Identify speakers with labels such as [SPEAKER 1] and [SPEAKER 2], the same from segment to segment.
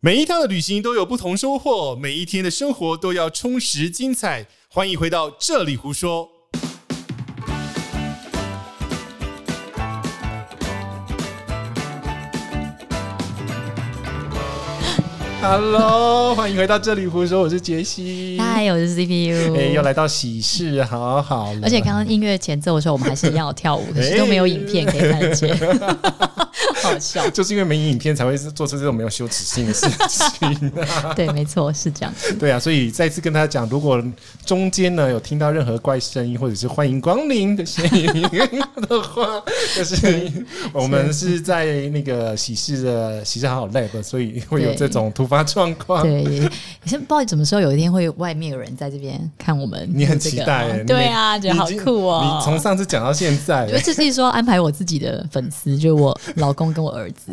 [SPEAKER 1] 每一趟的旅行都有不同收获，每一天的生活都要充实精彩。欢迎回到这里胡说。Hello，欢迎回到这里胡说，我是杰西。
[SPEAKER 2] 嗨，我是 CPU，
[SPEAKER 1] 哎，又来到喜事好好了，
[SPEAKER 2] 而且刚刚音乐前奏的时候，我们还是一样有跳舞，可
[SPEAKER 1] 哎
[SPEAKER 2] 是都没有影片可以看得见， 好笑。
[SPEAKER 1] 就是因为没影片才会做出这种没有羞耻心的事情。
[SPEAKER 2] 对，没错，是这样。
[SPEAKER 1] 对啊，所以再次跟大家讲，如果中间呢有听到任何怪声音，或者是欢迎光临的声音的话，就是我们是在那个喜事的喜事好好 lab，所以会有这种突发状况。
[SPEAKER 2] 对，也是不知道什么时候有一天会外面有人在这边看我们、
[SPEAKER 1] 你很
[SPEAKER 2] 这个
[SPEAKER 1] 期待欸你
[SPEAKER 2] 对啊，觉得好
[SPEAKER 1] 你已经
[SPEAKER 2] 酷哦、
[SPEAKER 1] 你从上次讲到现在
[SPEAKER 2] 我觉，得这是说安排我自己的粉丝，就是我老公跟我儿子，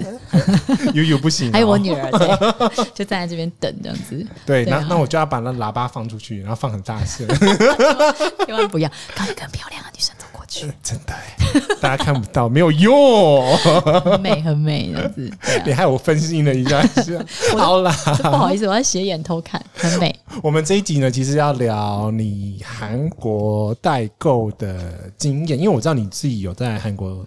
[SPEAKER 1] 悠悠不行、哦
[SPEAKER 2] 还有我。女儿， 对，就站在这边等这样子。
[SPEAKER 1] 对，
[SPEAKER 2] 对
[SPEAKER 1] 那
[SPEAKER 2] 啊
[SPEAKER 1] 那我就要把那喇叭放出去，然后放很大 声，
[SPEAKER 2] 千万不要，刚一个很漂亮的女生走过去，
[SPEAKER 1] 真的欸，大家看不到，没有用。
[SPEAKER 2] 很美很美这样子。对啊
[SPEAKER 1] 你害我分心了一 下，好啦，
[SPEAKER 2] 不好意思，我要斜眼偷看，很美。
[SPEAKER 1] 我们这一集呢，其实要聊你韩国代购的经验，因为我知道你自己有在韩国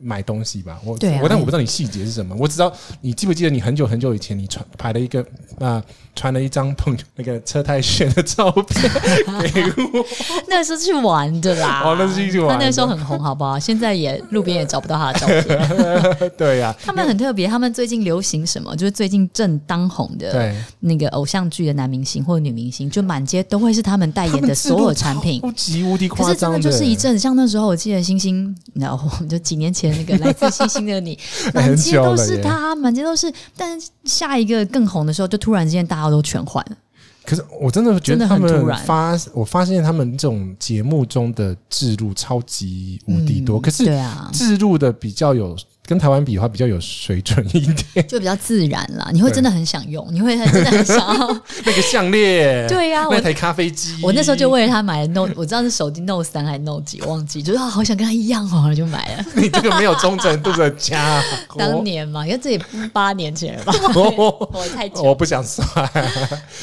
[SPEAKER 1] 买东西吧？我
[SPEAKER 2] 对啊
[SPEAKER 1] 我但我不知道你细节是什么，我只知道你记不记得你很久很久以前你传拍了一个啊、呃传了一张朋友那个车太炫的照片 给我，
[SPEAKER 2] 那时候去玩的啦，
[SPEAKER 1] 哦那是去玩的
[SPEAKER 2] 他那时候很红，好不好？现在也路边也找不到他的照 片。
[SPEAKER 1] 对啊呀、
[SPEAKER 2] 他们很特别，他们最近流行什么？就是最近正当红的
[SPEAKER 1] 对，
[SPEAKER 2] 那个偶像剧的男明星或女明星，就满街都会是他们代 言的所有产品。
[SPEAKER 1] 超级无敌
[SPEAKER 2] 可
[SPEAKER 1] 夸
[SPEAKER 2] 是真
[SPEAKER 1] 张
[SPEAKER 2] 的欸
[SPEAKER 1] 的，
[SPEAKER 2] 就是一阵，像那时候我记得星星，你知道，我们就几年前那个来自星星 的你，满街都
[SPEAKER 1] 很久了
[SPEAKER 2] 是
[SPEAKER 1] 耶
[SPEAKER 2] 他，满街都是。但是下一个更红的时候，就突然之间大家都全换了。
[SPEAKER 1] 可是我真的觉
[SPEAKER 2] 真
[SPEAKER 1] 得
[SPEAKER 2] 的
[SPEAKER 1] 他
[SPEAKER 2] 很
[SPEAKER 1] 们
[SPEAKER 2] 突然
[SPEAKER 1] 发，我发现他们这种节目中的置入超级无敌多，
[SPEAKER 2] 嗯
[SPEAKER 1] 可是
[SPEAKER 2] 对啊，
[SPEAKER 1] 置入的比较有跟台湾比的话比较有水准一点，
[SPEAKER 2] 就比较自然啦，你会真的很想用，你会真的很想 要。
[SPEAKER 1] 那个项链，
[SPEAKER 2] 对呀、
[SPEAKER 1] 那
[SPEAKER 2] 我
[SPEAKER 1] 台咖啡机，
[SPEAKER 2] 我那时候就为了他买了 Note，我知道是手机 Note 三还是 Note 几，忘记，就是啊，好想跟他一样哦，然后就买了。
[SPEAKER 1] 你这个没有忠诚度的家伙，
[SPEAKER 2] 当年嘛，因为这也八年前了吧，
[SPEAKER 1] 哦
[SPEAKER 2] 我太 久。
[SPEAKER 1] 我不想算，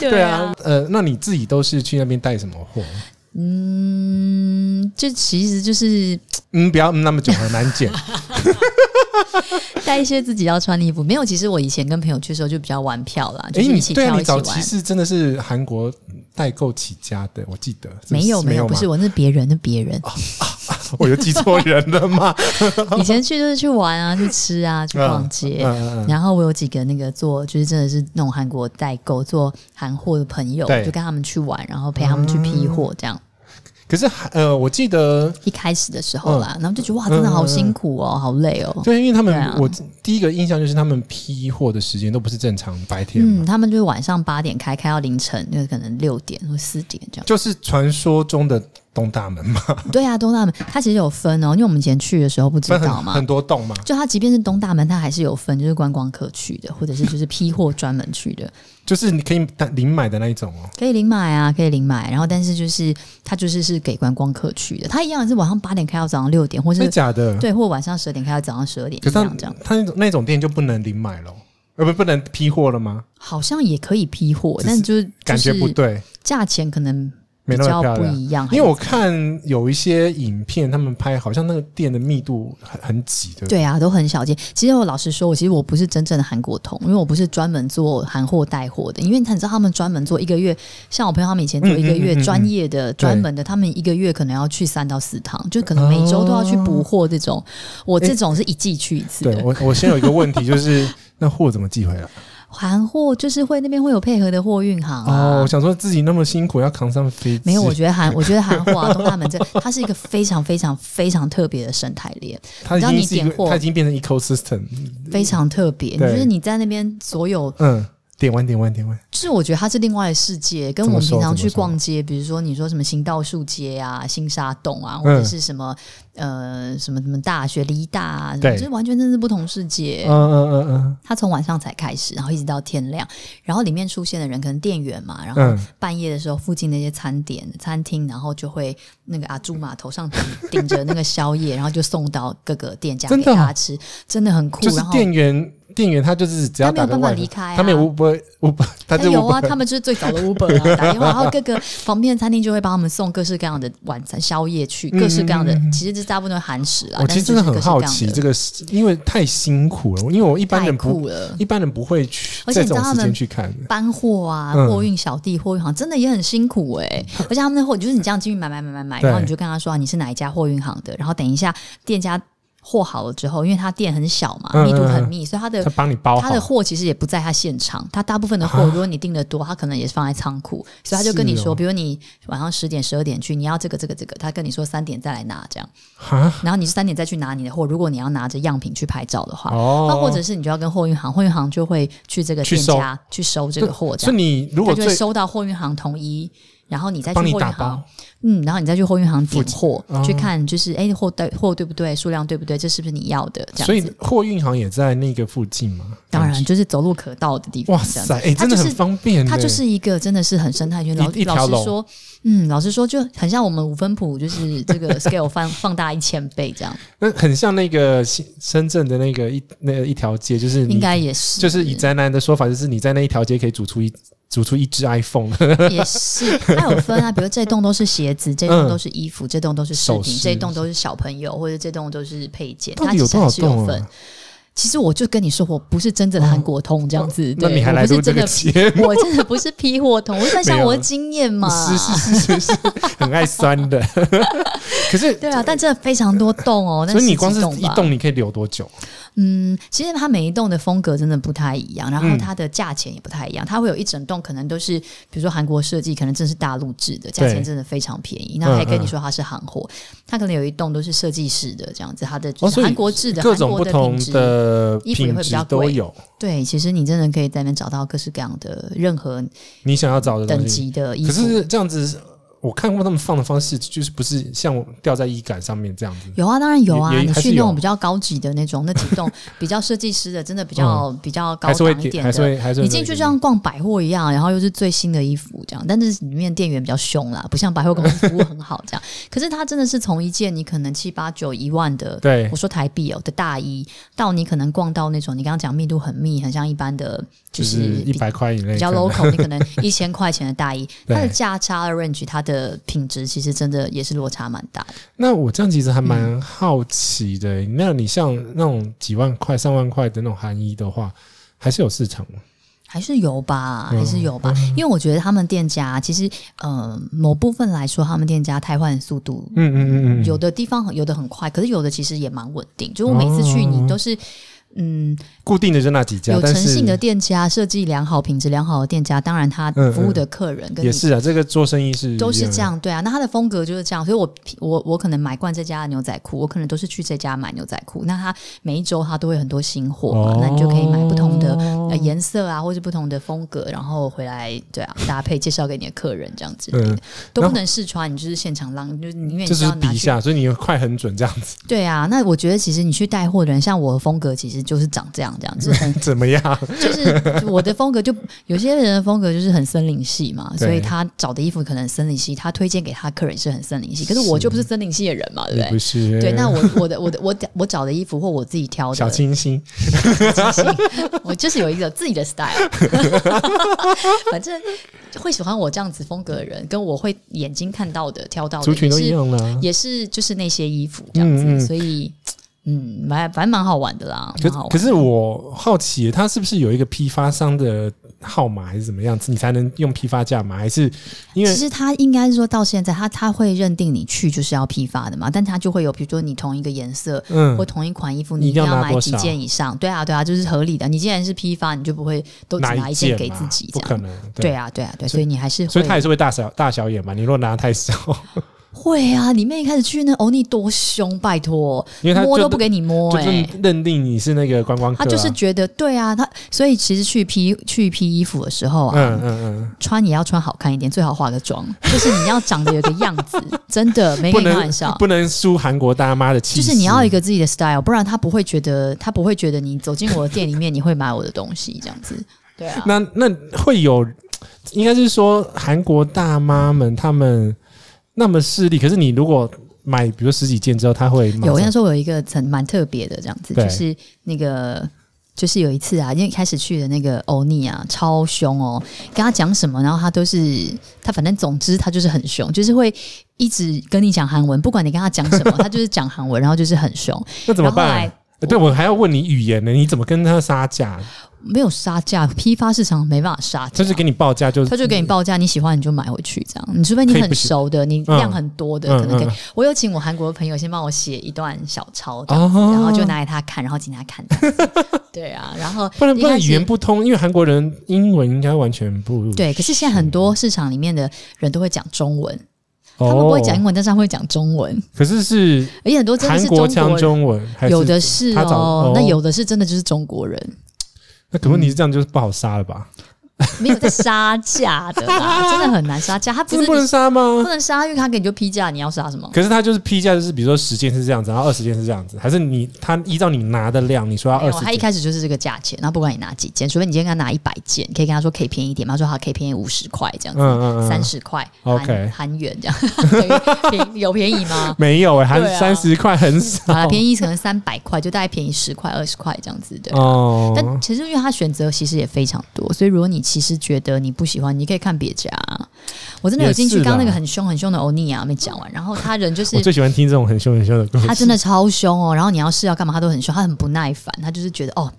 [SPEAKER 1] 对啊，，呃，那你自己都是去那边带什么货？
[SPEAKER 2] 嗯，这其实就是
[SPEAKER 1] 嗯，不要嗯那么久，很难剪。
[SPEAKER 2] 带一些自己要穿的衣服。没有，其实我以前跟朋友去的时候就比较玩票啦，就
[SPEAKER 1] 哎，
[SPEAKER 2] 是一
[SPEAKER 1] 你
[SPEAKER 2] 起
[SPEAKER 1] 对啊，
[SPEAKER 2] 跳
[SPEAKER 1] 你
[SPEAKER 2] 一起
[SPEAKER 1] 早
[SPEAKER 2] 玩。
[SPEAKER 1] 期是真的是韩国代购起家的，我记得是不是
[SPEAKER 2] 没有
[SPEAKER 1] 没
[SPEAKER 2] 没有，不
[SPEAKER 1] 吗
[SPEAKER 2] 是我，那是别人，那别人。
[SPEAKER 1] 我又记错人了 吗？
[SPEAKER 2] 以前去就是去玩啊，去吃啊，去逛街。
[SPEAKER 1] 嗯嗯嗯
[SPEAKER 2] 然后我有几个那个做，就是真的是那种韩国代购做韩货的朋友，
[SPEAKER 1] 对嗯
[SPEAKER 2] 就跟他们去玩，然后陪他们去批货，这样、
[SPEAKER 1] 可是呃，我记得
[SPEAKER 2] 一开始的时候
[SPEAKER 1] 嗯
[SPEAKER 2] 啦，然后就觉得哇，真的好辛苦哦，好累哦。
[SPEAKER 1] 对，因为他们、
[SPEAKER 2] 对啊
[SPEAKER 1] 我第一个印象就是他们批货的时间都不是正常白天嘛，
[SPEAKER 2] 嗯，他们就是晚上八点开，开到凌晨，就是可能六点或四点这样。
[SPEAKER 1] 就是传说中的东大门嘛，
[SPEAKER 2] 对啊，东大门它其实有分哦，因为我们以前去的时候不知
[SPEAKER 1] 分
[SPEAKER 2] 道
[SPEAKER 1] 很
[SPEAKER 2] 嘛
[SPEAKER 1] 很。多栋嘛。
[SPEAKER 2] 就它即便是东大门，它还是有分，就是观光客去的，或者是就是批货专门去的。
[SPEAKER 1] 就是你可以单零买的那一种哦。
[SPEAKER 2] 可以领买啊，可以领买，然后但是就是它就是是给观光客去的，它一样是晚上八点开到早上六点，或
[SPEAKER 1] 真
[SPEAKER 2] 是
[SPEAKER 1] 的假的？
[SPEAKER 2] 对，或晚上十点开到早上十二点，
[SPEAKER 1] 可是
[SPEAKER 2] 这
[SPEAKER 1] 他
[SPEAKER 2] 样这样，
[SPEAKER 1] 他那种那种店就不能零买咯，呃不不能批货了吗？
[SPEAKER 2] 好像也可以批货，
[SPEAKER 1] 只是
[SPEAKER 2] 但就是
[SPEAKER 1] 感觉不，
[SPEAKER 2] 就是
[SPEAKER 1] 对，
[SPEAKER 2] 价钱可能
[SPEAKER 1] 没
[SPEAKER 2] 比
[SPEAKER 1] 那么
[SPEAKER 2] 较
[SPEAKER 1] 漂
[SPEAKER 2] 不
[SPEAKER 1] 亮。
[SPEAKER 2] 一样，
[SPEAKER 1] 因为我看有一些影片，他们拍好像那个店的密度很很挤的，
[SPEAKER 2] 对啊，都很小件。其实我老实说，我其实我不是真正的韩国通，因为我不是专门做韩货带货的。因为你知道，他们专门做一个月，像我朋友他们以前做一个月
[SPEAKER 1] 嗯嗯嗯嗯嗯
[SPEAKER 2] 专业的、专门的，他们一个月可能要去三到四趟，就可能每周都要去补货这种。我这种是一季去一次
[SPEAKER 1] 哦对
[SPEAKER 2] 的。啊
[SPEAKER 1] 我我先有一个问题，就是 那货怎么寄回来？
[SPEAKER 2] 韩货就是会那边会有配合的货运行啊。
[SPEAKER 1] 哦，我想说自己那么辛苦要扛上飞机，
[SPEAKER 2] 没有，我觉 得韩，我觉得韩货啊，东大门这它是一个非常非常非常特别的生态链。
[SPEAKER 1] 它已
[SPEAKER 2] 你知道
[SPEAKER 1] 经
[SPEAKER 2] 你
[SPEAKER 1] 是一
[SPEAKER 2] 点
[SPEAKER 1] 个，
[SPEAKER 2] 货
[SPEAKER 1] 它已经变成 ecosystem。
[SPEAKER 2] 非常特别，
[SPEAKER 1] 对
[SPEAKER 2] 就是你在那边所有
[SPEAKER 1] 嗯，点完点完点完，
[SPEAKER 2] 是我觉得它是另外的世界，跟
[SPEAKER 1] 怎
[SPEAKER 2] 我
[SPEAKER 1] 么
[SPEAKER 2] 们
[SPEAKER 1] 说
[SPEAKER 2] 平常
[SPEAKER 1] 怎么
[SPEAKER 2] 去
[SPEAKER 1] 说
[SPEAKER 2] 逛街，比如说你说什么行道树街啊、新沙洞啊，
[SPEAKER 1] 嗯
[SPEAKER 2] 或者是什么、呃什么什么大学、梨大啊，什么
[SPEAKER 1] 对
[SPEAKER 2] 就是完全真的是不同世界。
[SPEAKER 1] 嗯嗯嗯嗯
[SPEAKER 2] 它从晚上才开始，然后一直到天亮，然后里面出现的人可能店员嘛，然后
[SPEAKER 1] 嗯，
[SPEAKER 2] 半夜的时候，附近那些餐点、餐厅，然后就会那个阿朱嘛头上顶顶着那个宵夜，然后就送到各个店家
[SPEAKER 1] 真
[SPEAKER 2] 给
[SPEAKER 1] 的哦
[SPEAKER 2] 大家吃，真的很酷。
[SPEAKER 1] 就是
[SPEAKER 2] 然后
[SPEAKER 1] 店员店员他就是只要
[SPEAKER 2] 他没
[SPEAKER 1] 打
[SPEAKER 2] 有
[SPEAKER 1] 个
[SPEAKER 2] 办法
[SPEAKER 1] 外
[SPEAKER 2] 离
[SPEAKER 1] 卖，
[SPEAKER 2] 开、啊，
[SPEAKER 1] 他没有 Uber Uber，他
[SPEAKER 2] 他
[SPEAKER 1] 就
[SPEAKER 2] 有啊，
[SPEAKER 1] Uber
[SPEAKER 2] 他们就是最早的 Uber 啊，打电话，然后各个旁边的餐厅就会帮他们送各式各样的晚餐、宵夜去，
[SPEAKER 1] 嗯
[SPEAKER 2] 各式各样的
[SPEAKER 1] 嗯嗯，
[SPEAKER 2] 其实这大部分都是韩食啊。
[SPEAKER 1] 我
[SPEAKER 2] 但
[SPEAKER 1] 其实
[SPEAKER 2] 是
[SPEAKER 1] 真
[SPEAKER 2] 就是
[SPEAKER 1] 的很
[SPEAKER 2] 各式
[SPEAKER 1] 好
[SPEAKER 2] 各样
[SPEAKER 1] 奇
[SPEAKER 2] 的
[SPEAKER 1] 这个是，因为太辛苦了，因为我一般
[SPEAKER 2] 太
[SPEAKER 1] 人不
[SPEAKER 2] 酷了。
[SPEAKER 1] 一般人不会去
[SPEAKER 2] 而且
[SPEAKER 1] 在
[SPEAKER 2] 你
[SPEAKER 1] 这
[SPEAKER 2] 知
[SPEAKER 1] 种
[SPEAKER 2] 道
[SPEAKER 1] 时
[SPEAKER 2] 他
[SPEAKER 1] 间
[SPEAKER 2] 们
[SPEAKER 1] 去看的。
[SPEAKER 2] 搬货啊，
[SPEAKER 1] 嗯
[SPEAKER 2] 货运小弟、货运行真的也很辛苦哎、 而且他们的货就是你这样进去买买买买买，
[SPEAKER 1] 对
[SPEAKER 2] 然后你就跟他说、啊你是哪一家货运行的，然后等一下店家货好了之后，因为他店很小嘛，
[SPEAKER 1] 嗯
[SPEAKER 2] 密度
[SPEAKER 1] 嗯
[SPEAKER 2] 很
[SPEAKER 1] 嗯
[SPEAKER 2] 密，所以他
[SPEAKER 1] 他
[SPEAKER 2] 的。
[SPEAKER 1] 帮你包
[SPEAKER 2] 他的
[SPEAKER 1] 好，啊
[SPEAKER 2] 货其实也不在他现场，他大部分的货，如果你订的多，他可能也是放在仓库，所以他就跟你
[SPEAKER 1] 是哦
[SPEAKER 2] 说，比如你晚上十点、十二点去，你要这个、这个、这个，他跟你说三点再来拿这样，
[SPEAKER 1] 哈
[SPEAKER 2] 然后你是三点再去拿你的货，如果你要拿着样品去拍照的话，那
[SPEAKER 1] 哦，
[SPEAKER 2] 或者是你就要跟货运行，货运行就会去这个
[SPEAKER 1] 去
[SPEAKER 2] 店
[SPEAKER 1] 收
[SPEAKER 2] 家去收这个货，这样
[SPEAKER 1] 所以你如
[SPEAKER 2] 他
[SPEAKER 1] 果
[SPEAKER 2] 就
[SPEAKER 1] 最
[SPEAKER 2] 会收到货运行统一，然后你再去
[SPEAKER 1] 帮
[SPEAKER 2] 货
[SPEAKER 1] 你
[SPEAKER 2] 运
[SPEAKER 1] 打
[SPEAKER 2] 行
[SPEAKER 1] 包，，
[SPEAKER 2] 嗯，然后你再去货运行点货，
[SPEAKER 1] 哦
[SPEAKER 2] 去看就是哎货对货对不对，数量对不对，这是不是你要的这
[SPEAKER 1] 所
[SPEAKER 2] 样
[SPEAKER 1] 以
[SPEAKER 2] 子。
[SPEAKER 1] 货运行也在那个附近嘛。
[SPEAKER 2] 当然，就是走路可到的地方。
[SPEAKER 1] 哇
[SPEAKER 2] 这样
[SPEAKER 1] 塞，
[SPEAKER 2] 子
[SPEAKER 1] 哎、真的很方便、欸
[SPEAKER 2] 它就是一个真的是很生态圈。
[SPEAKER 1] 一
[SPEAKER 2] 老
[SPEAKER 1] 一条
[SPEAKER 2] 老
[SPEAKER 1] 龙
[SPEAKER 2] 实说，嗯，老实说就很像我们五分谱，就是 这个 scale 放放大一千倍这样，
[SPEAKER 1] 那很像那个新深圳的那个一那一条街，就是你
[SPEAKER 2] 应该也是，
[SPEAKER 1] 就是以宅男的说法，就是你在那一条街可以煮出一煮出一只 iPhone，
[SPEAKER 2] 也是，它有分啊，比如这栋都是鞋子，这
[SPEAKER 1] 嗯
[SPEAKER 2] 栋都是衣服，这栋都是饰
[SPEAKER 1] 首
[SPEAKER 2] 品，
[SPEAKER 1] 饰
[SPEAKER 2] 这栋都是小朋友，或者这栋都是配 件，
[SPEAKER 1] 到
[SPEAKER 2] 它
[SPEAKER 1] 底
[SPEAKER 2] 其
[SPEAKER 1] 有
[SPEAKER 2] 实
[SPEAKER 1] 多
[SPEAKER 2] 还
[SPEAKER 1] 少
[SPEAKER 2] 是有
[SPEAKER 1] 栋
[SPEAKER 2] 分
[SPEAKER 1] 啊？。哦
[SPEAKER 2] 其实我就跟你说，我不是真正的韩国通这样子，
[SPEAKER 1] 那
[SPEAKER 2] 对，
[SPEAKER 1] 你还来
[SPEAKER 2] 我不
[SPEAKER 1] 录
[SPEAKER 2] 是
[SPEAKER 1] 这
[SPEAKER 2] 真
[SPEAKER 1] 个
[SPEAKER 2] 的，
[SPEAKER 1] 节目？ 啊
[SPEAKER 2] 我真的不是批货通，我是在想我的经验 嘛。
[SPEAKER 1] 是是是是是，很爱酸 的。可是，
[SPEAKER 2] 对啊，但真的非常多栋哦，
[SPEAKER 1] 所以你
[SPEAKER 2] 那
[SPEAKER 1] 光
[SPEAKER 2] 十
[SPEAKER 1] 是
[SPEAKER 2] 几栋
[SPEAKER 1] 一
[SPEAKER 2] 吧。
[SPEAKER 1] 栋，你可以留多久？
[SPEAKER 2] 嗯，其实它每一栋的风格真的不太一样，然后
[SPEAKER 1] 嗯
[SPEAKER 2] 它的价钱也不太一样。它会有一整栋可能都是，比如说韩国设计，可能真是大陆制的，价
[SPEAKER 1] 对
[SPEAKER 2] 钱真的非常便宜。
[SPEAKER 1] 嗯
[SPEAKER 2] 那还跟
[SPEAKER 1] 嗯
[SPEAKER 2] 你说它是行货，它可能有一栋都是设计师的这样子，它的
[SPEAKER 1] 哦
[SPEAKER 2] 就
[SPEAKER 1] 所
[SPEAKER 2] 是
[SPEAKER 1] 以哦
[SPEAKER 2] 韩国制的，
[SPEAKER 1] 各种
[SPEAKER 2] 韩
[SPEAKER 1] 不
[SPEAKER 2] 国
[SPEAKER 1] 同
[SPEAKER 2] 品质。
[SPEAKER 1] 的
[SPEAKER 2] 衣服也
[SPEAKER 1] 品
[SPEAKER 2] 会
[SPEAKER 1] 质
[SPEAKER 2] 比较贵
[SPEAKER 1] 都有，
[SPEAKER 2] 对，其实你真的可以在那边找到各式各样的任何
[SPEAKER 1] 你想要找的
[SPEAKER 2] 等
[SPEAKER 1] 东西。
[SPEAKER 2] 级的衣
[SPEAKER 1] 可
[SPEAKER 2] 服。
[SPEAKER 1] 是这样子，我看过他们放的方式，就是不是像我吊在衣杆上面这样子。
[SPEAKER 2] 有啊，当然有啊。
[SPEAKER 1] 也也
[SPEAKER 2] 你
[SPEAKER 1] 还是
[SPEAKER 2] 去那
[SPEAKER 1] 有
[SPEAKER 2] 种比较高级的那种，那几栋比较设计师的，真的 比较、比较高
[SPEAKER 1] 嗯还是会
[SPEAKER 2] 档一
[SPEAKER 1] 点，
[SPEAKER 2] 点
[SPEAKER 1] 还
[SPEAKER 2] 的
[SPEAKER 1] 是，会，还是会
[SPEAKER 2] 你进去
[SPEAKER 1] 那个
[SPEAKER 2] 就像逛百货一样，然后又是最新的衣服这样，但是里面店员比较凶啦，不像百货公司服务很好这样。可是它真的是从一件你可能七八九一万的，
[SPEAKER 1] 对
[SPEAKER 2] 我说台币哦的大衣，到你可能逛到那种你刚刚讲密度很密，很像一般的，
[SPEAKER 1] 就
[SPEAKER 2] 就是是
[SPEAKER 1] 一
[SPEAKER 2] 比
[SPEAKER 1] 百块以内，
[SPEAKER 2] 比较 local，你 可能一千块钱的大衣，
[SPEAKER 1] 对
[SPEAKER 2] 它的价差的 range，它的品质其实真的也是落差蛮大的。
[SPEAKER 1] 那我这样其实还蛮好奇的、那你像那种几万块、上万块的那种韩衣的话，还是有市场吗？
[SPEAKER 2] 还是有吧，
[SPEAKER 1] 嗯
[SPEAKER 2] 还是有吧，因为我觉得他们店家其实，呃，某部分来说，他们店家汰换速度
[SPEAKER 1] 嗯嗯嗯嗯，
[SPEAKER 2] 有的地方很有的很快，可是有的其实也蛮稳定。就我每次去，
[SPEAKER 1] 哦
[SPEAKER 2] 你都是、嗯
[SPEAKER 1] 固定的就那几家，
[SPEAKER 2] 有
[SPEAKER 1] 但
[SPEAKER 2] 诚
[SPEAKER 1] 是
[SPEAKER 2] 信的店家，设计良好、品质良好的店家，当然他
[SPEAKER 1] 嗯嗯
[SPEAKER 2] 服务的客人跟
[SPEAKER 1] 也
[SPEAKER 2] 你。
[SPEAKER 1] 是啊，这个做生意是
[SPEAKER 2] 都是
[SPEAKER 1] 一
[SPEAKER 2] 这
[SPEAKER 1] 的。
[SPEAKER 2] 样，对啊，那他的风格就是这样，所以我我我可能买惯这家的牛仔裤，我可能都是去这家买牛仔裤。那他每一周他都会很多新货
[SPEAKER 1] 哦
[SPEAKER 2] 嘛，那你就可以买不同的呃颜、色啊，或是不同的风格，然后回来对啊搭配介绍给你的客人这样子，
[SPEAKER 1] 嗯，
[SPEAKER 2] 都
[SPEAKER 1] 然后
[SPEAKER 2] 不能试穿，你就是现场浪，就是你因为你
[SPEAKER 1] 就
[SPEAKER 2] 知
[SPEAKER 1] 是
[SPEAKER 2] 道
[SPEAKER 1] 比
[SPEAKER 2] 拿
[SPEAKER 1] 一
[SPEAKER 2] 去
[SPEAKER 1] 下，所以你快很准这样子，
[SPEAKER 2] 对啊，那我觉得其实你去带货的人，像我的风格其实就是长这样，这样就是很
[SPEAKER 1] 怎么样？
[SPEAKER 2] 就是我的风格就有些人的风格就是很森林系嘛，
[SPEAKER 1] 对
[SPEAKER 2] 所以他找的衣服可能森林系，他推荐给他客人是很森林系，可是我就不是森林系的人嘛，对不
[SPEAKER 1] 也
[SPEAKER 2] 对？
[SPEAKER 1] 不是，
[SPEAKER 2] 对，那我我的我的 我我找的衣服或我自己挑 的，
[SPEAKER 1] 小清新，
[SPEAKER 2] 自信，我就是有一个自己的 style。反正会喜欢我这样子风格的人，跟我会眼睛看到的、挑到的
[SPEAKER 1] 族群都
[SPEAKER 2] 也
[SPEAKER 1] 一
[SPEAKER 2] 是
[SPEAKER 1] 样啊啦。
[SPEAKER 2] 也是就是那些衣服这样子，
[SPEAKER 1] 嗯嗯
[SPEAKER 2] 所以嗯，蛮反正蛮好玩的啦，
[SPEAKER 1] 可
[SPEAKER 2] 蛮好玩
[SPEAKER 1] 可是我好奇，他是不是有一个批发商的号码，还是怎么样子，你才能用批发价吗？还是因为
[SPEAKER 2] 其实他应该是说到现在，他他会认定你去就是要批发的嘛，但他就会有比如说你同一个颜色。
[SPEAKER 1] 嗯
[SPEAKER 2] 或同一款衣服，
[SPEAKER 1] 你
[SPEAKER 2] 你一定
[SPEAKER 1] 一定要
[SPEAKER 2] 要
[SPEAKER 1] 拿
[SPEAKER 2] 买
[SPEAKER 1] 多
[SPEAKER 2] 几
[SPEAKER 1] 少
[SPEAKER 2] 件以上，对啊，对啊，就是合理的。你既然是批发，你就不会都只拿
[SPEAKER 1] 一
[SPEAKER 2] 一件
[SPEAKER 1] 嘛
[SPEAKER 2] 给自己这
[SPEAKER 1] 不可
[SPEAKER 2] 样。啊
[SPEAKER 1] 能。
[SPEAKER 2] 对啊，对啊，对，所以你还是会，
[SPEAKER 1] 所以他也是会大小大小眼嘛。你如果拿太少，
[SPEAKER 2] 会啊，里面一开始去那欧尼多凶，拜托，
[SPEAKER 1] 因为他
[SPEAKER 2] 摸
[SPEAKER 1] 就
[SPEAKER 2] 都不给你摸、
[SPEAKER 1] 就
[SPEAKER 2] 欸，
[SPEAKER 1] 认认定你是那个观光客、
[SPEAKER 2] 他
[SPEAKER 1] 啊，
[SPEAKER 2] 就是觉得对啊，他所以其实去披去披衣服的时候啊，
[SPEAKER 1] 嗯嗯
[SPEAKER 2] 穿也要穿好看一点，最好化个妆， 就是你要长得有个样子， 真的没
[SPEAKER 1] 嗯，不
[SPEAKER 2] 跟你开
[SPEAKER 1] 能
[SPEAKER 2] 玩笑。
[SPEAKER 1] 不能输韩国大妈的气
[SPEAKER 2] 就
[SPEAKER 1] 势，
[SPEAKER 2] 是你要一个自己的 style，不然他不会觉得他不会觉得你走进我的店里面你会买我的东西这样子，对啊，
[SPEAKER 1] 那那会有，应该是说韩国大妈们她们那么势利，可是你如果买比如十几件之后，她会马
[SPEAKER 2] 有，我
[SPEAKER 1] 上
[SPEAKER 2] 那时候有一个很蛮特别的这样子，
[SPEAKER 1] 对
[SPEAKER 2] 就是那个。就是有一次啊，因为一开始去的那个欧尼啊，超凶哦，跟他讲什么，然后他都是他，反正总之他就是很凶，就是会一直跟你讲韩文，不管你跟他讲 什么，他就是讲韩文，然后就是很凶。
[SPEAKER 1] 那怎么
[SPEAKER 2] 然后后
[SPEAKER 1] 办
[SPEAKER 2] 来
[SPEAKER 1] 啊？呃对我还要问你语言呢，你怎么跟她杀价？
[SPEAKER 2] 没有杀价，批发市场没办法杀价，
[SPEAKER 1] 就是给你报价，就是
[SPEAKER 2] 他就给你报价，你喜欢你就买回去，这样。你除非你
[SPEAKER 1] 可以不
[SPEAKER 2] 很
[SPEAKER 1] 行
[SPEAKER 2] 熟的，你
[SPEAKER 1] 嗯
[SPEAKER 2] 量很多的，
[SPEAKER 1] 嗯
[SPEAKER 2] 可能可以
[SPEAKER 1] 嗯。
[SPEAKER 2] 我有请我韩国的朋友先帮我写一段小抄，这样
[SPEAKER 1] 哦，
[SPEAKER 2] 然后就拿给他看，然后请他看。这 样子对啊，然后
[SPEAKER 1] 不然
[SPEAKER 2] 一
[SPEAKER 1] 不然
[SPEAKER 2] 开始
[SPEAKER 1] 语言不通，因为韩国人英文应该完全不
[SPEAKER 2] 对，可是现在很多市场里面的人都会讲中文，
[SPEAKER 1] 他
[SPEAKER 2] 他们不会讲英文，但是他们会讲中文，
[SPEAKER 1] 哦可是是
[SPEAKER 2] 而且很多真的
[SPEAKER 1] 韩
[SPEAKER 2] 是
[SPEAKER 1] 国
[SPEAKER 2] 中
[SPEAKER 1] 腔
[SPEAKER 2] 国人。
[SPEAKER 1] 中文，还是
[SPEAKER 2] 有的是
[SPEAKER 1] 他找
[SPEAKER 2] 哦
[SPEAKER 1] 哦，
[SPEAKER 2] 那有的是真的就是中国人，
[SPEAKER 1] 那可问题是这样，就是不好杀了吧？
[SPEAKER 2] 没有在杀价的 啦，真的很难杀价。他
[SPEAKER 1] 真的不
[SPEAKER 2] 不是嗯
[SPEAKER 1] 能杀吗
[SPEAKER 2] 不？能杀，因为他给你就批价，你要杀什么？
[SPEAKER 1] 可是他就是批价，就是比如说十件是这样子，然后二十件是这样子，还是你他依照你拿的量，你说要
[SPEAKER 2] 没
[SPEAKER 1] 二
[SPEAKER 2] 有，
[SPEAKER 1] 十
[SPEAKER 2] 他一
[SPEAKER 1] 件？
[SPEAKER 2] 开始就是这个价钱，然后不管你拿几件，除非你今天跟他拿一百件，可以跟他说可以便宜一点嘛，他说好，可以便宜五十块这样
[SPEAKER 1] 嗯
[SPEAKER 2] 子，
[SPEAKER 1] 嗯嗯，
[SPEAKER 2] 三十块
[SPEAKER 1] OK
[SPEAKER 2] 韩韩元这样， 便宜有便 宜吗？
[SPEAKER 1] 没有哎、欸，
[SPEAKER 2] 对
[SPEAKER 1] 还
[SPEAKER 2] 啊
[SPEAKER 1] 三十块很少。
[SPEAKER 2] 啊，便宜可能三百块，就大概便宜十块、二十块这样子对。
[SPEAKER 1] 哦，
[SPEAKER 2] 但其实因为他选择其实也非常多，所以如果你其实觉得你不喜欢，你可以看别家。啊我真的有进去，
[SPEAKER 1] 也是啦
[SPEAKER 2] 刚刚那个很凶很凶的欧尼啊亚没讲完，然后他人就是
[SPEAKER 1] 我最喜欢听这种很凶很凶的故事。
[SPEAKER 2] 他真的超凶哦，然后你要是要干嘛他都很凶，他很不耐烦，他就是觉得哦。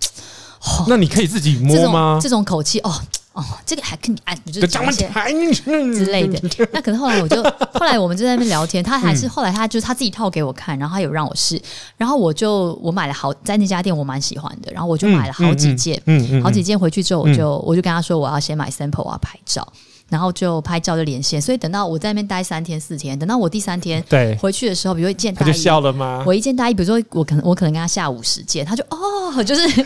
[SPEAKER 2] 哦
[SPEAKER 1] 那你可以自己
[SPEAKER 2] 这
[SPEAKER 1] 摸吗
[SPEAKER 2] 种？这种口气，哦哦，这个还可以哎，你就
[SPEAKER 1] 就
[SPEAKER 2] 讲
[SPEAKER 1] 讲
[SPEAKER 2] 一
[SPEAKER 1] 问嗯
[SPEAKER 2] 些
[SPEAKER 1] 台
[SPEAKER 2] 之
[SPEAKER 1] 之
[SPEAKER 2] 类的。那可能后来 我就，后来我们就在那边聊天，他还是、
[SPEAKER 1] 嗯
[SPEAKER 2] 后来他就是他自己套给我看，然后他有让我试，然后我就我买了好在那家店我蛮喜欢的，然后我就买了好几件，，
[SPEAKER 1] 嗯嗯嗯嗯嗯嗯
[SPEAKER 2] 好几件回去之后，我就、我就跟他说我要先买 sample 啊拍照，然后就拍照就连线，所以等到我在那边待三天四天，等到我第三天
[SPEAKER 1] 对，
[SPEAKER 2] 回去的时候，比如一件
[SPEAKER 1] 他
[SPEAKER 2] 大
[SPEAKER 1] 就
[SPEAKER 2] 衣。
[SPEAKER 1] 笑了吗？
[SPEAKER 2] 我一件大衣，比如说我可能我可能跟他下午十件，他就哦， 就是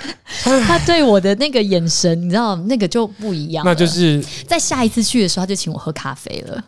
[SPEAKER 2] 他对我的那个眼神，你知道那个就不一样了。
[SPEAKER 1] 那就是
[SPEAKER 2] 在下一次去的时候，他就请我喝咖啡了。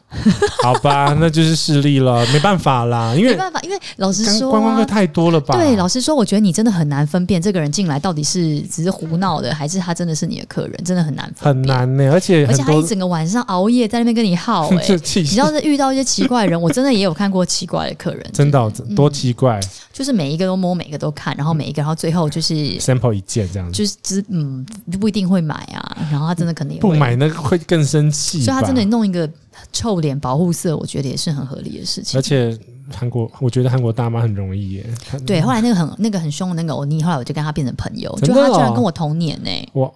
[SPEAKER 1] 好吧，那就是势利了，没办法啦，因
[SPEAKER 2] 没
[SPEAKER 1] 为
[SPEAKER 2] 办法，因为老实
[SPEAKER 1] 刚
[SPEAKER 2] 说、
[SPEAKER 1] 观光客
[SPEAKER 2] 啊。
[SPEAKER 1] 太多了吧？
[SPEAKER 2] 对，老实说，我觉得你真的很难分辨这个人进来到底是只是胡闹的，还是他真的是你的客人，真的很难分
[SPEAKER 1] 很
[SPEAKER 2] 辨。
[SPEAKER 1] 难呢、而且
[SPEAKER 2] 而
[SPEAKER 1] 很
[SPEAKER 2] 且他一
[SPEAKER 1] 多
[SPEAKER 2] 整个晚上熬夜在那边跟 你耗、欸，
[SPEAKER 1] 这气
[SPEAKER 2] 你知道是遇到一些奇怪的人，我真的也有看过奇怪的客人，
[SPEAKER 1] 真的哦
[SPEAKER 2] 嗯
[SPEAKER 1] 多奇怪、
[SPEAKER 2] 就是每一个都摸，每个都看，然后每一个，然后最后就是
[SPEAKER 1] s a m p l e 一件这样子，
[SPEAKER 2] 就是只嗯不一定会买啊，然后他真的可能也
[SPEAKER 1] 不
[SPEAKER 2] 会
[SPEAKER 1] 买那个会更生气吧。
[SPEAKER 2] 所以他真的弄一个臭脸保护色，我觉得也是很合理的事情
[SPEAKER 1] 而。且韩国，我觉得韩国大妈很容易耶。她
[SPEAKER 2] 对，，后来那个很那个很凶的那个欧尼，后来我就跟他变成朋友，
[SPEAKER 1] 真
[SPEAKER 2] 就
[SPEAKER 1] 的
[SPEAKER 2] 他居
[SPEAKER 1] 哦
[SPEAKER 2] 然跟我同年呢、
[SPEAKER 1] 我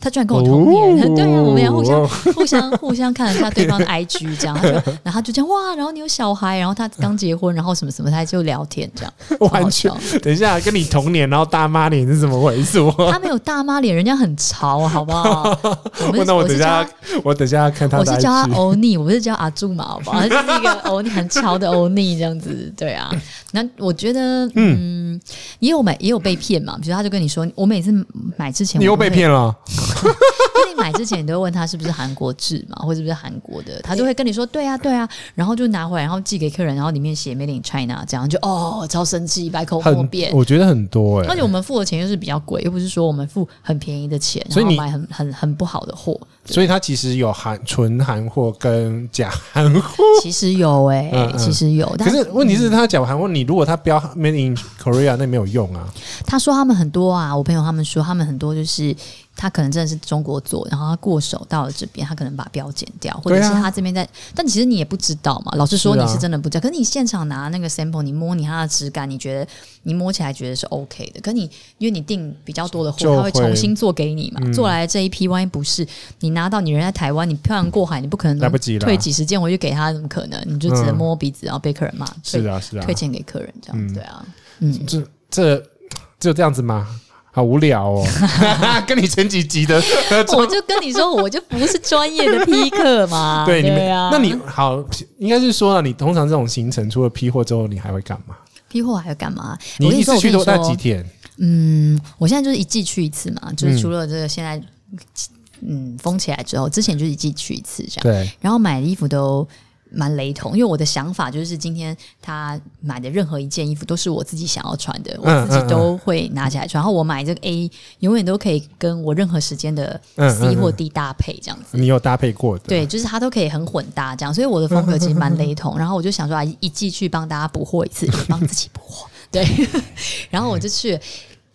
[SPEAKER 2] 他居然跟我同年，对啊，我们俩互相
[SPEAKER 1] 哦
[SPEAKER 2] 互相互相看了下对 方的 IG，这样，他就然后他就这样哇，然后你有小孩，然后他刚结婚，然后什么什么，他就聊天这样，
[SPEAKER 1] 完全
[SPEAKER 2] 超好笑。
[SPEAKER 1] 等一下跟你同年，然后大妈脸是怎么回事？我
[SPEAKER 2] 他没有大妈脸，人家很潮，好不 好？我们
[SPEAKER 1] 那我
[SPEAKER 2] 我
[SPEAKER 1] 等一
[SPEAKER 2] 是叫
[SPEAKER 1] 下
[SPEAKER 2] 他，
[SPEAKER 1] 我等一下看她
[SPEAKER 2] 我
[SPEAKER 1] 的
[SPEAKER 2] 是叫他
[SPEAKER 1] IG。
[SPEAKER 2] 欧尼，我不是叫阿朱嘛，好不好？ 他就是一个欧尼很潮的欧尼这样子，对啊。那我觉得，嗯，也有买，也有被骗嘛。比如他就跟你说，我每次买之前，
[SPEAKER 1] 你又被骗了，
[SPEAKER 2] 因为你买之前，你都会问他是不是韩国制嘛，或者是不是韩国的，他就会跟你说对啊，对啊，然后就拿回来，然后寄给客人，然后里面写 Made in China，这样就哦，超生气，百口莫
[SPEAKER 1] 很
[SPEAKER 2] 辩。
[SPEAKER 1] 我觉得很多哎、
[SPEAKER 2] 而且我们付的钱又是比较贵，又不是说我们付很便宜的钱，
[SPEAKER 1] 所以
[SPEAKER 2] 然后
[SPEAKER 1] 你嗯
[SPEAKER 2] 买很很很不好的货。
[SPEAKER 1] 所以它其实有韩纯韩货跟假韩货。
[SPEAKER 2] 其实有哎、
[SPEAKER 1] 嗯嗯
[SPEAKER 2] 其实有，但
[SPEAKER 1] 可是问题是，他假韩货，你如果他标 Made in Korea，那没有用啊。
[SPEAKER 2] 他说他们很多啊，我朋友他们说他们很多就是他可能真的是中国做，然后他过手到了这边，他可能把标剪掉，或者
[SPEAKER 1] 对啊
[SPEAKER 2] 是他这边在，但其实你也不知道嘛。老实说，
[SPEAKER 1] 是啊
[SPEAKER 2] 你是真的不知道。可是你现场拿那个 sample，你摸你它的质感，你觉得你摸起来觉得是 OK 的，可你因为你订比较多的货，
[SPEAKER 1] 就
[SPEAKER 2] 他会
[SPEAKER 1] 会嗯
[SPEAKER 2] 重新做给你嘛。做来的这一批，万一不是你拿到，你人在台湾，你漂洋过海，你不可
[SPEAKER 1] 来
[SPEAKER 2] 能
[SPEAKER 1] 不及了嗯
[SPEAKER 2] 退几十件回去给他，怎么可能？你就只能摸鼻子，然后被客人骂，
[SPEAKER 1] 是
[SPEAKER 2] 退
[SPEAKER 1] 啊，是啊
[SPEAKER 2] 退，钱给客人这样，对啊。
[SPEAKER 1] 这这只有这样子吗？好无聊哦， 跟你前几集的合作
[SPEAKER 2] 我就跟你说，我就不是专业的批客 嘛。
[SPEAKER 1] 对，你们，
[SPEAKER 2] 啊，
[SPEAKER 1] 那你好，应该是说啊，你通常这种行程除了批货之后，你还会干嘛？
[SPEAKER 2] 批货还要干嘛？
[SPEAKER 1] 你
[SPEAKER 2] 我跟
[SPEAKER 1] 一
[SPEAKER 2] 说，
[SPEAKER 1] 次
[SPEAKER 2] 我
[SPEAKER 1] 去
[SPEAKER 2] 跟
[SPEAKER 1] 都
[SPEAKER 2] 你
[SPEAKER 1] 待
[SPEAKER 2] 说
[SPEAKER 1] 几天？
[SPEAKER 2] 嗯，我现在就是一季去一次嘛，就
[SPEAKER 1] 嗯
[SPEAKER 2] 是除了这个现在，嗯，封起来之后，之前就是一季去一次这样。
[SPEAKER 1] 对，
[SPEAKER 2] 然后买的衣服都蛮雷同，因为我的想法就是今天他买的任何一件衣服都是我自己想要穿的，
[SPEAKER 1] 嗯
[SPEAKER 2] 我自己都会拿起来穿。然后我买这个 A 永远都可以跟我任何时间的
[SPEAKER 1] 嗯
[SPEAKER 2] C
[SPEAKER 1] 嗯
[SPEAKER 2] 或 D 搭配这样子。
[SPEAKER 1] 你有搭配过的？
[SPEAKER 2] 对，就是它都可以很混搭这样，所以我的风格其实蛮雷
[SPEAKER 1] 嗯
[SPEAKER 2] 同。然后我就想说啊，一季去帮大家补货 一次，就帮自己补货。对， 然后我就去，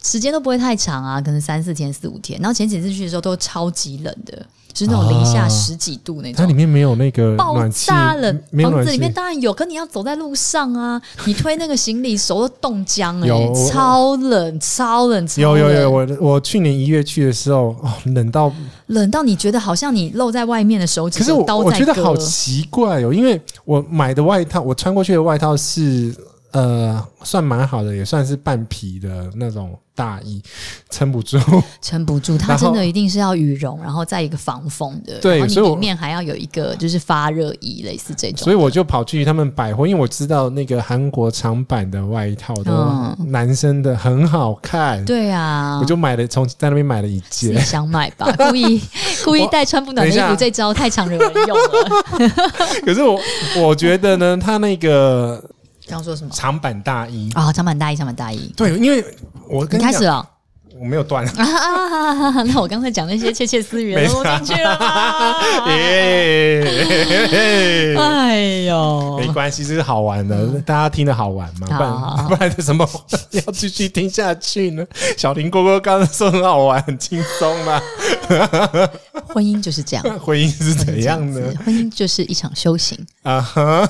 [SPEAKER 2] 时间都不会太长啊，可能三四天、四五天。然后前几次去的时候都超级冷的，就是那种零下
[SPEAKER 1] 啊
[SPEAKER 2] 十几度那种。
[SPEAKER 1] 它里面没有那个
[SPEAKER 2] 爆
[SPEAKER 1] 暖气
[SPEAKER 2] 炸冷，，
[SPEAKER 1] 没有
[SPEAKER 2] 房
[SPEAKER 1] 暖
[SPEAKER 2] 子里
[SPEAKER 1] 气
[SPEAKER 2] 面。当然有，可你要走在路 上啊，你推那个行李手都冻僵了、
[SPEAKER 1] 有
[SPEAKER 2] 欸，超冷，超冷，超
[SPEAKER 1] 有
[SPEAKER 2] 冷
[SPEAKER 1] 有有，我我去年一月去的时候，哦，冷到，
[SPEAKER 2] 冷到你觉得好像你露在外面的手指
[SPEAKER 1] 可是我
[SPEAKER 2] 有刀
[SPEAKER 1] 我
[SPEAKER 2] 在
[SPEAKER 1] 觉得
[SPEAKER 2] 割
[SPEAKER 1] 好，奇怪哦，因为我买的外套，我穿过去的外套是呃，算蛮好的，也算是半皮的那种大衣，撑不 住。
[SPEAKER 2] 撑不住。它
[SPEAKER 1] 然后
[SPEAKER 2] 真的一定是要羽绒，然后再一个防风的，
[SPEAKER 1] 对
[SPEAKER 2] 然后
[SPEAKER 1] 所以
[SPEAKER 2] 你
[SPEAKER 1] 我
[SPEAKER 2] 里面还要有一个就是发热衣，类似这种。
[SPEAKER 1] 所以我就跑去他们百货，因为我知道那个韩国长版的外套都
[SPEAKER 2] 嗯
[SPEAKER 1] 男生的很好看，
[SPEAKER 2] 对啊，
[SPEAKER 1] 我就买了，从在那边买了一
[SPEAKER 2] 自
[SPEAKER 1] 件
[SPEAKER 2] 己。想买 吧，故意故意带穿不暖
[SPEAKER 1] 等
[SPEAKER 2] 的
[SPEAKER 1] 一
[SPEAKER 2] 衣
[SPEAKER 1] 下
[SPEAKER 2] 服，这招太常惹人用了。
[SPEAKER 1] 可是我我觉得呢，它那个
[SPEAKER 2] 刚刚说什么
[SPEAKER 1] 长版大衣，
[SPEAKER 2] 啊？长版大衣，长版大衣，
[SPEAKER 1] 对，因为我
[SPEAKER 2] 你
[SPEAKER 1] 跟
[SPEAKER 2] 开
[SPEAKER 1] 你
[SPEAKER 2] 始
[SPEAKER 1] 讲，
[SPEAKER 2] 了。
[SPEAKER 1] 我没有断，
[SPEAKER 2] 啊， 那我刚才讲那些窃窃私语
[SPEAKER 1] 没
[SPEAKER 2] 都
[SPEAKER 1] 事啊哎
[SPEAKER 2] 进 去了 吗？
[SPEAKER 1] 耶嘿嘿嘿
[SPEAKER 2] 哎
[SPEAKER 1] 没
[SPEAKER 2] 呦，
[SPEAKER 1] 关系，这是好玩的，大家听的好玩嘛，不
[SPEAKER 2] 嗯好好
[SPEAKER 1] 然
[SPEAKER 2] 好
[SPEAKER 1] 不然怎么要继续听下去呢？小林哥哥刚刚说很好玩，很轻松 嘛，
[SPEAKER 2] 婚姻就是这样，
[SPEAKER 1] 回应是
[SPEAKER 2] 婚
[SPEAKER 1] 怎
[SPEAKER 2] 姻这
[SPEAKER 1] 样
[SPEAKER 2] 样
[SPEAKER 1] 呢
[SPEAKER 2] 子？，婚姻就是一场修行。
[SPEAKER 1] 啊 哈，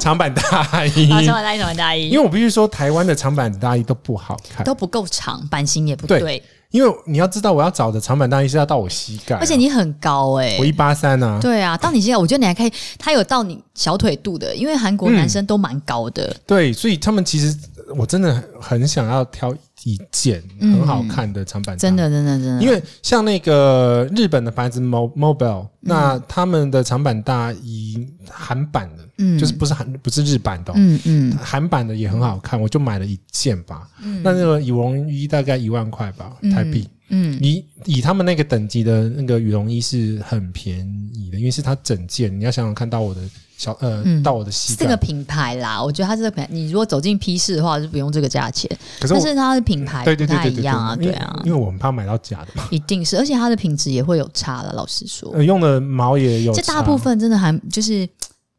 [SPEAKER 1] 长版大衣，
[SPEAKER 2] 啊，小碗大衣，小碗大
[SPEAKER 1] 因为
[SPEAKER 2] 衣，
[SPEAKER 1] 我必须说，台湾的长版大衣都不好看，
[SPEAKER 2] 都不够长，版型也不
[SPEAKER 1] 对
[SPEAKER 2] 对，
[SPEAKER 1] 因为你要知道，我要找的长版大衣是要到我膝盖啊、
[SPEAKER 2] 而且你很高哎
[SPEAKER 1] 我。一八三啊，
[SPEAKER 2] 对啊，到你现在，我觉得你还可以，他有到你小腿肚的，因为韩
[SPEAKER 1] 嗯
[SPEAKER 2] 国男生都蛮高的，
[SPEAKER 1] 对，所以他们其实我真的很想要挑一件很好看的长版大衣
[SPEAKER 2] 嗯真。的，真的，真的。
[SPEAKER 1] 因为像那个日本的牌子 Mo
[SPEAKER 2] 嗯
[SPEAKER 1] Mobile，、那他们的长版大衣韩版的，
[SPEAKER 2] 嗯
[SPEAKER 1] 就是不是韩不是日版的、哦，
[SPEAKER 2] 嗯嗯，
[SPEAKER 1] 韩版的也很好看，我就买了一件吧。那那个羽绒衣大概一万块吧，
[SPEAKER 2] 嗯
[SPEAKER 1] 台币。
[SPEAKER 2] 嗯
[SPEAKER 1] 以以他们那个等级的那个羽绒衣是很便宜的，因为是它整件，你要想想看到我的小呃、
[SPEAKER 2] 嗯
[SPEAKER 1] 到我的膝
[SPEAKER 2] 这
[SPEAKER 1] 盖，
[SPEAKER 2] 个品牌啦，我觉得它这个品牌，你如果走进批市的话，就不用这个价钱，
[SPEAKER 1] 可是
[SPEAKER 2] 但
[SPEAKER 1] 我
[SPEAKER 2] 是它的品牌
[SPEAKER 1] 对
[SPEAKER 2] 不
[SPEAKER 1] 对对
[SPEAKER 2] 太
[SPEAKER 1] 对
[SPEAKER 2] 一
[SPEAKER 1] 对
[SPEAKER 2] 样啊，
[SPEAKER 1] 因
[SPEAKER 2] 对
[SPEAKER 1] 为
[SPEAKER 2] 啊，
[SPEAKER 1] 因为我很怕买到假的嘛，
[SPEAKER 2] 一定是，而且它的品质也会有差的。老实说，
[SPEAKER 1] 呃用的毛也有
[SPEAKER 2] 这
[SPEAKER 1] 差，
[SPEAKER 2] 大部分真的还就是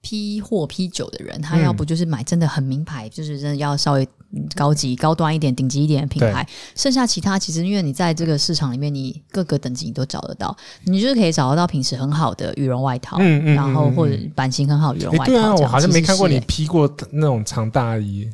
[SPEAKER 2] 批货批酒的人，他
[SPEAKER 1] 嗯
[SPEAKER 2] 要不就是买真的很名牌，就是真的要稍微嗯高级、高端一点、顶级一点的品牌。剩下其他其实因为你在这个市场里面，你各个等级你都找得到，你就是可以找得到品质很好的羽绒外套，
[SPEAKER 1] 嗯嗯嗯
[SPEAKER 2] 然后或者版型很好的羽绒
[SPEAKER 1] 哎、
[SPEAKER 2] 外套。
[SPEAKER 1] 对啊，
[SPEAKER 2] 这
[SPEAKER 1] 我
[SPEAKER 2] 样
[SPEAKER 1] 好像没看过。你
[SPEAKER 2] 其实是
[SPEAKER 1] 披过那种长大衣，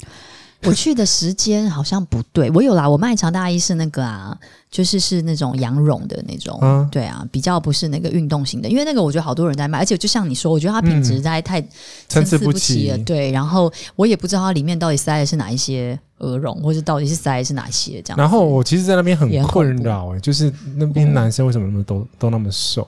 [SPEAKER 2] 我去的时间好像不对，我有啦，我卖长大衣是那个啊，就是是那种羊绒的那种，
[SPEAKER 1] 嗯
[SPEAKER 2] 对啊，比较不是那个运动型的，因为那个我觉得好多人在卖，而且就像你说，我觉得它
[SPEAKER 1] 嗯
[SPEAKER 2] 品质太太
[SPEAKER 1] 参差
[SPEAKER 2] 不
[SPEAKER 1] 不
[SPEAKER 2] 齐
[SPEAKER 1] 齐
[SPEAKER 2] 了，对，然后我也不知道它里面到底塞的是哪一些鹅绒，或者到底是塞的是哪些这样，
[SPEAKER 1] 然后我其实，在那边很
[SPEAKER 2] 也很恐
[SPEAKER 1] 困扰，哎，就是那
[SPEAKER 2] 嗯
[SPEAKER 1] 边男生为什么那么都都那么瘦？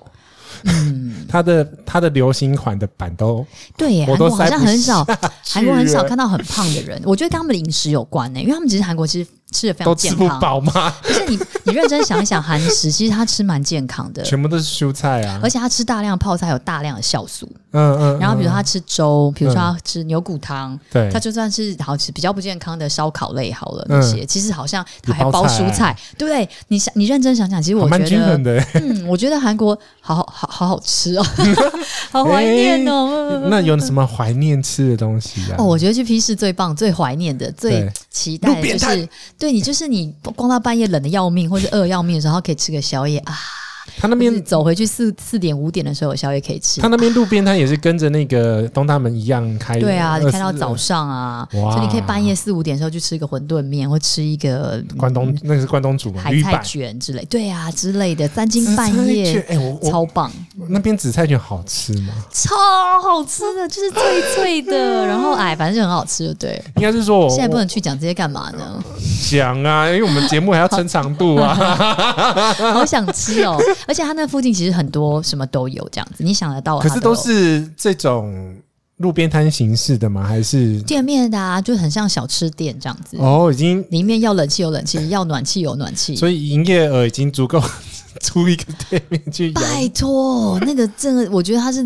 [SPEAKER 1] 他的他的流行款的版都
[SPEAKER 2] 对耶，
[SPEAKER 1] 我
[SPEAKER 2] 韩
[SPEAKER 1] 都
[SPEAKER 2] 国好
[SPEAKER 1] 塞
[SPEAKER 2] 像
[SPEAKER 1] 不
[SPEAKER 2] 很少，韩国很少
[SPEAKER 1] 去了
[SPEAKER 2] 看到很胖的人，我觉得跟他们的饮食有关呢、因为他们其实韩国其实吃的非
[SPEAKER 1] 都
[SPEAKER 2] 常
[SPEAKER 1] 吃
[SPEAKER 2] 健
[SPEAKER 1] 不
[SPEAKER 2] 康，
[SPEAKER 1] 饱吗？
[SPEAKER 2] 不是你你认真想一想，韩食其实他吃蛮健康的，
[SPEAKER 1] 全部都是蔬菜啊
[SPEAKER 2] 而，且他吃大量的泡菜，有大量的酵素。
[SPEAKER 1] 嗯嗯，
[SPEAKER 2] 然后比如
[SPEAKER 1] 嗯
[SPEAKER 2] 他吃粥，比如说他吃牛骨汤，
[SPEAKER 1] 对
[SPEAKER 2] 他，就算是好吃比较不健康的烧烤类好了
[SPEAKER 1] 嗯
[SPEAKER 2] 那些，其实好像他还
[SPEAKER 1] 有包
[SPEAKER 2] 包
[SPEAKER 1] 菜
[SPEAKER 2] 蔬菜，对不对？你想你认真想想，其实
[SPEAKER 1] 还
[SPEAKER 2] 我
[SPEAKER 1] 蛮
[SPEAKER 2] 觉
[SPEAKER 1] 均衡
[SPEAKER 2] 得，
[SPEAKER 1] 的。
[SPEAKER 2] 嗯，我觉得韩国好好好好好吃哦， 好怀念哦。
[SPEAKER 1] 哎那有什么怀念吃的东西啊？
[SPEAKER 2] 哦，我觉得去批市最棒、最怀念的、最
[SPEAKER 1] 对
[SPEAKER 2] 期待
[SPEAKER 1] 路
[SPEAKER 2] 的
[SPEAKER 1] 边
[SPEAKER 2] 就
[SPEAKER 1] 摊
[SPEAKER 2] 是，对你就是你逛到半夜冷的要命，或是饿得要命的时候，可以吃个宵夜 啊。
[SPEAKER 1] 他那
[SPEAKER 2] 就是
[SPEAKER 1] 边
[SPEAKER 2] 走回去四四点五点的时候，有宵夜可以吃
[SPEAKER 1] 他。那边路边摊也是跟着那个东大门一样开，呃
[SPEAKER 2] 对啊，你
[SPEAKER 1] 20
[SPEAKER 2] 开到早上啊，
[SPEAKER 1] 哇
[SPEAKER 2] 所以你可以半夜四五点的时候去吃一个馄饨面，或吃一个
[SPEAKER 1] 关东那个是关东煮嘛，
[SPEAKER 2] 嗯海
[SPEAKER 1] 鱼
[SPEAKER 2] 菜
[SPEAKER 1] 板
[SPEAKER 2] 卷之类，对啊之类的，三更半夜
[SPEAKER 1] 哎，我我
[SPEAKER 2] 超棒。
[SPEAKER 1] 那边紫菜卷好吃吗？
[SPEAKER 2] 超好吃的，就是脆脆的，然后哎，反正就很好吃，就对了。
[SPEAKER 1] 应该是说我
[SPEAKER 2] 现在不能去讲这些干嘛呢？
[SPEAKER 1] 讲啊，因为我们节目还要撑长度 啊。
[SPEAKER 2] 好想吃 哦！而且它那附近其实很多什么都有，这样子你想得到，
[SPEAKER 1] 可是都
[SPEAKER 2] 它有
[SPEAKER 1] 是这种路边摊形式的吗？还是
[SPEAKER 2] 店面的啊，就很像小吃店这样子。
[SPEAKER 1] 哦，已经
[SPEAKER 2] 里面要冷气有冷气，要暖气有暖气。
[SPEAKER 1] 所以营业额已经足够出一个店面去养，
[SPEAKER 2] 拜托，那个真的，我觉得它是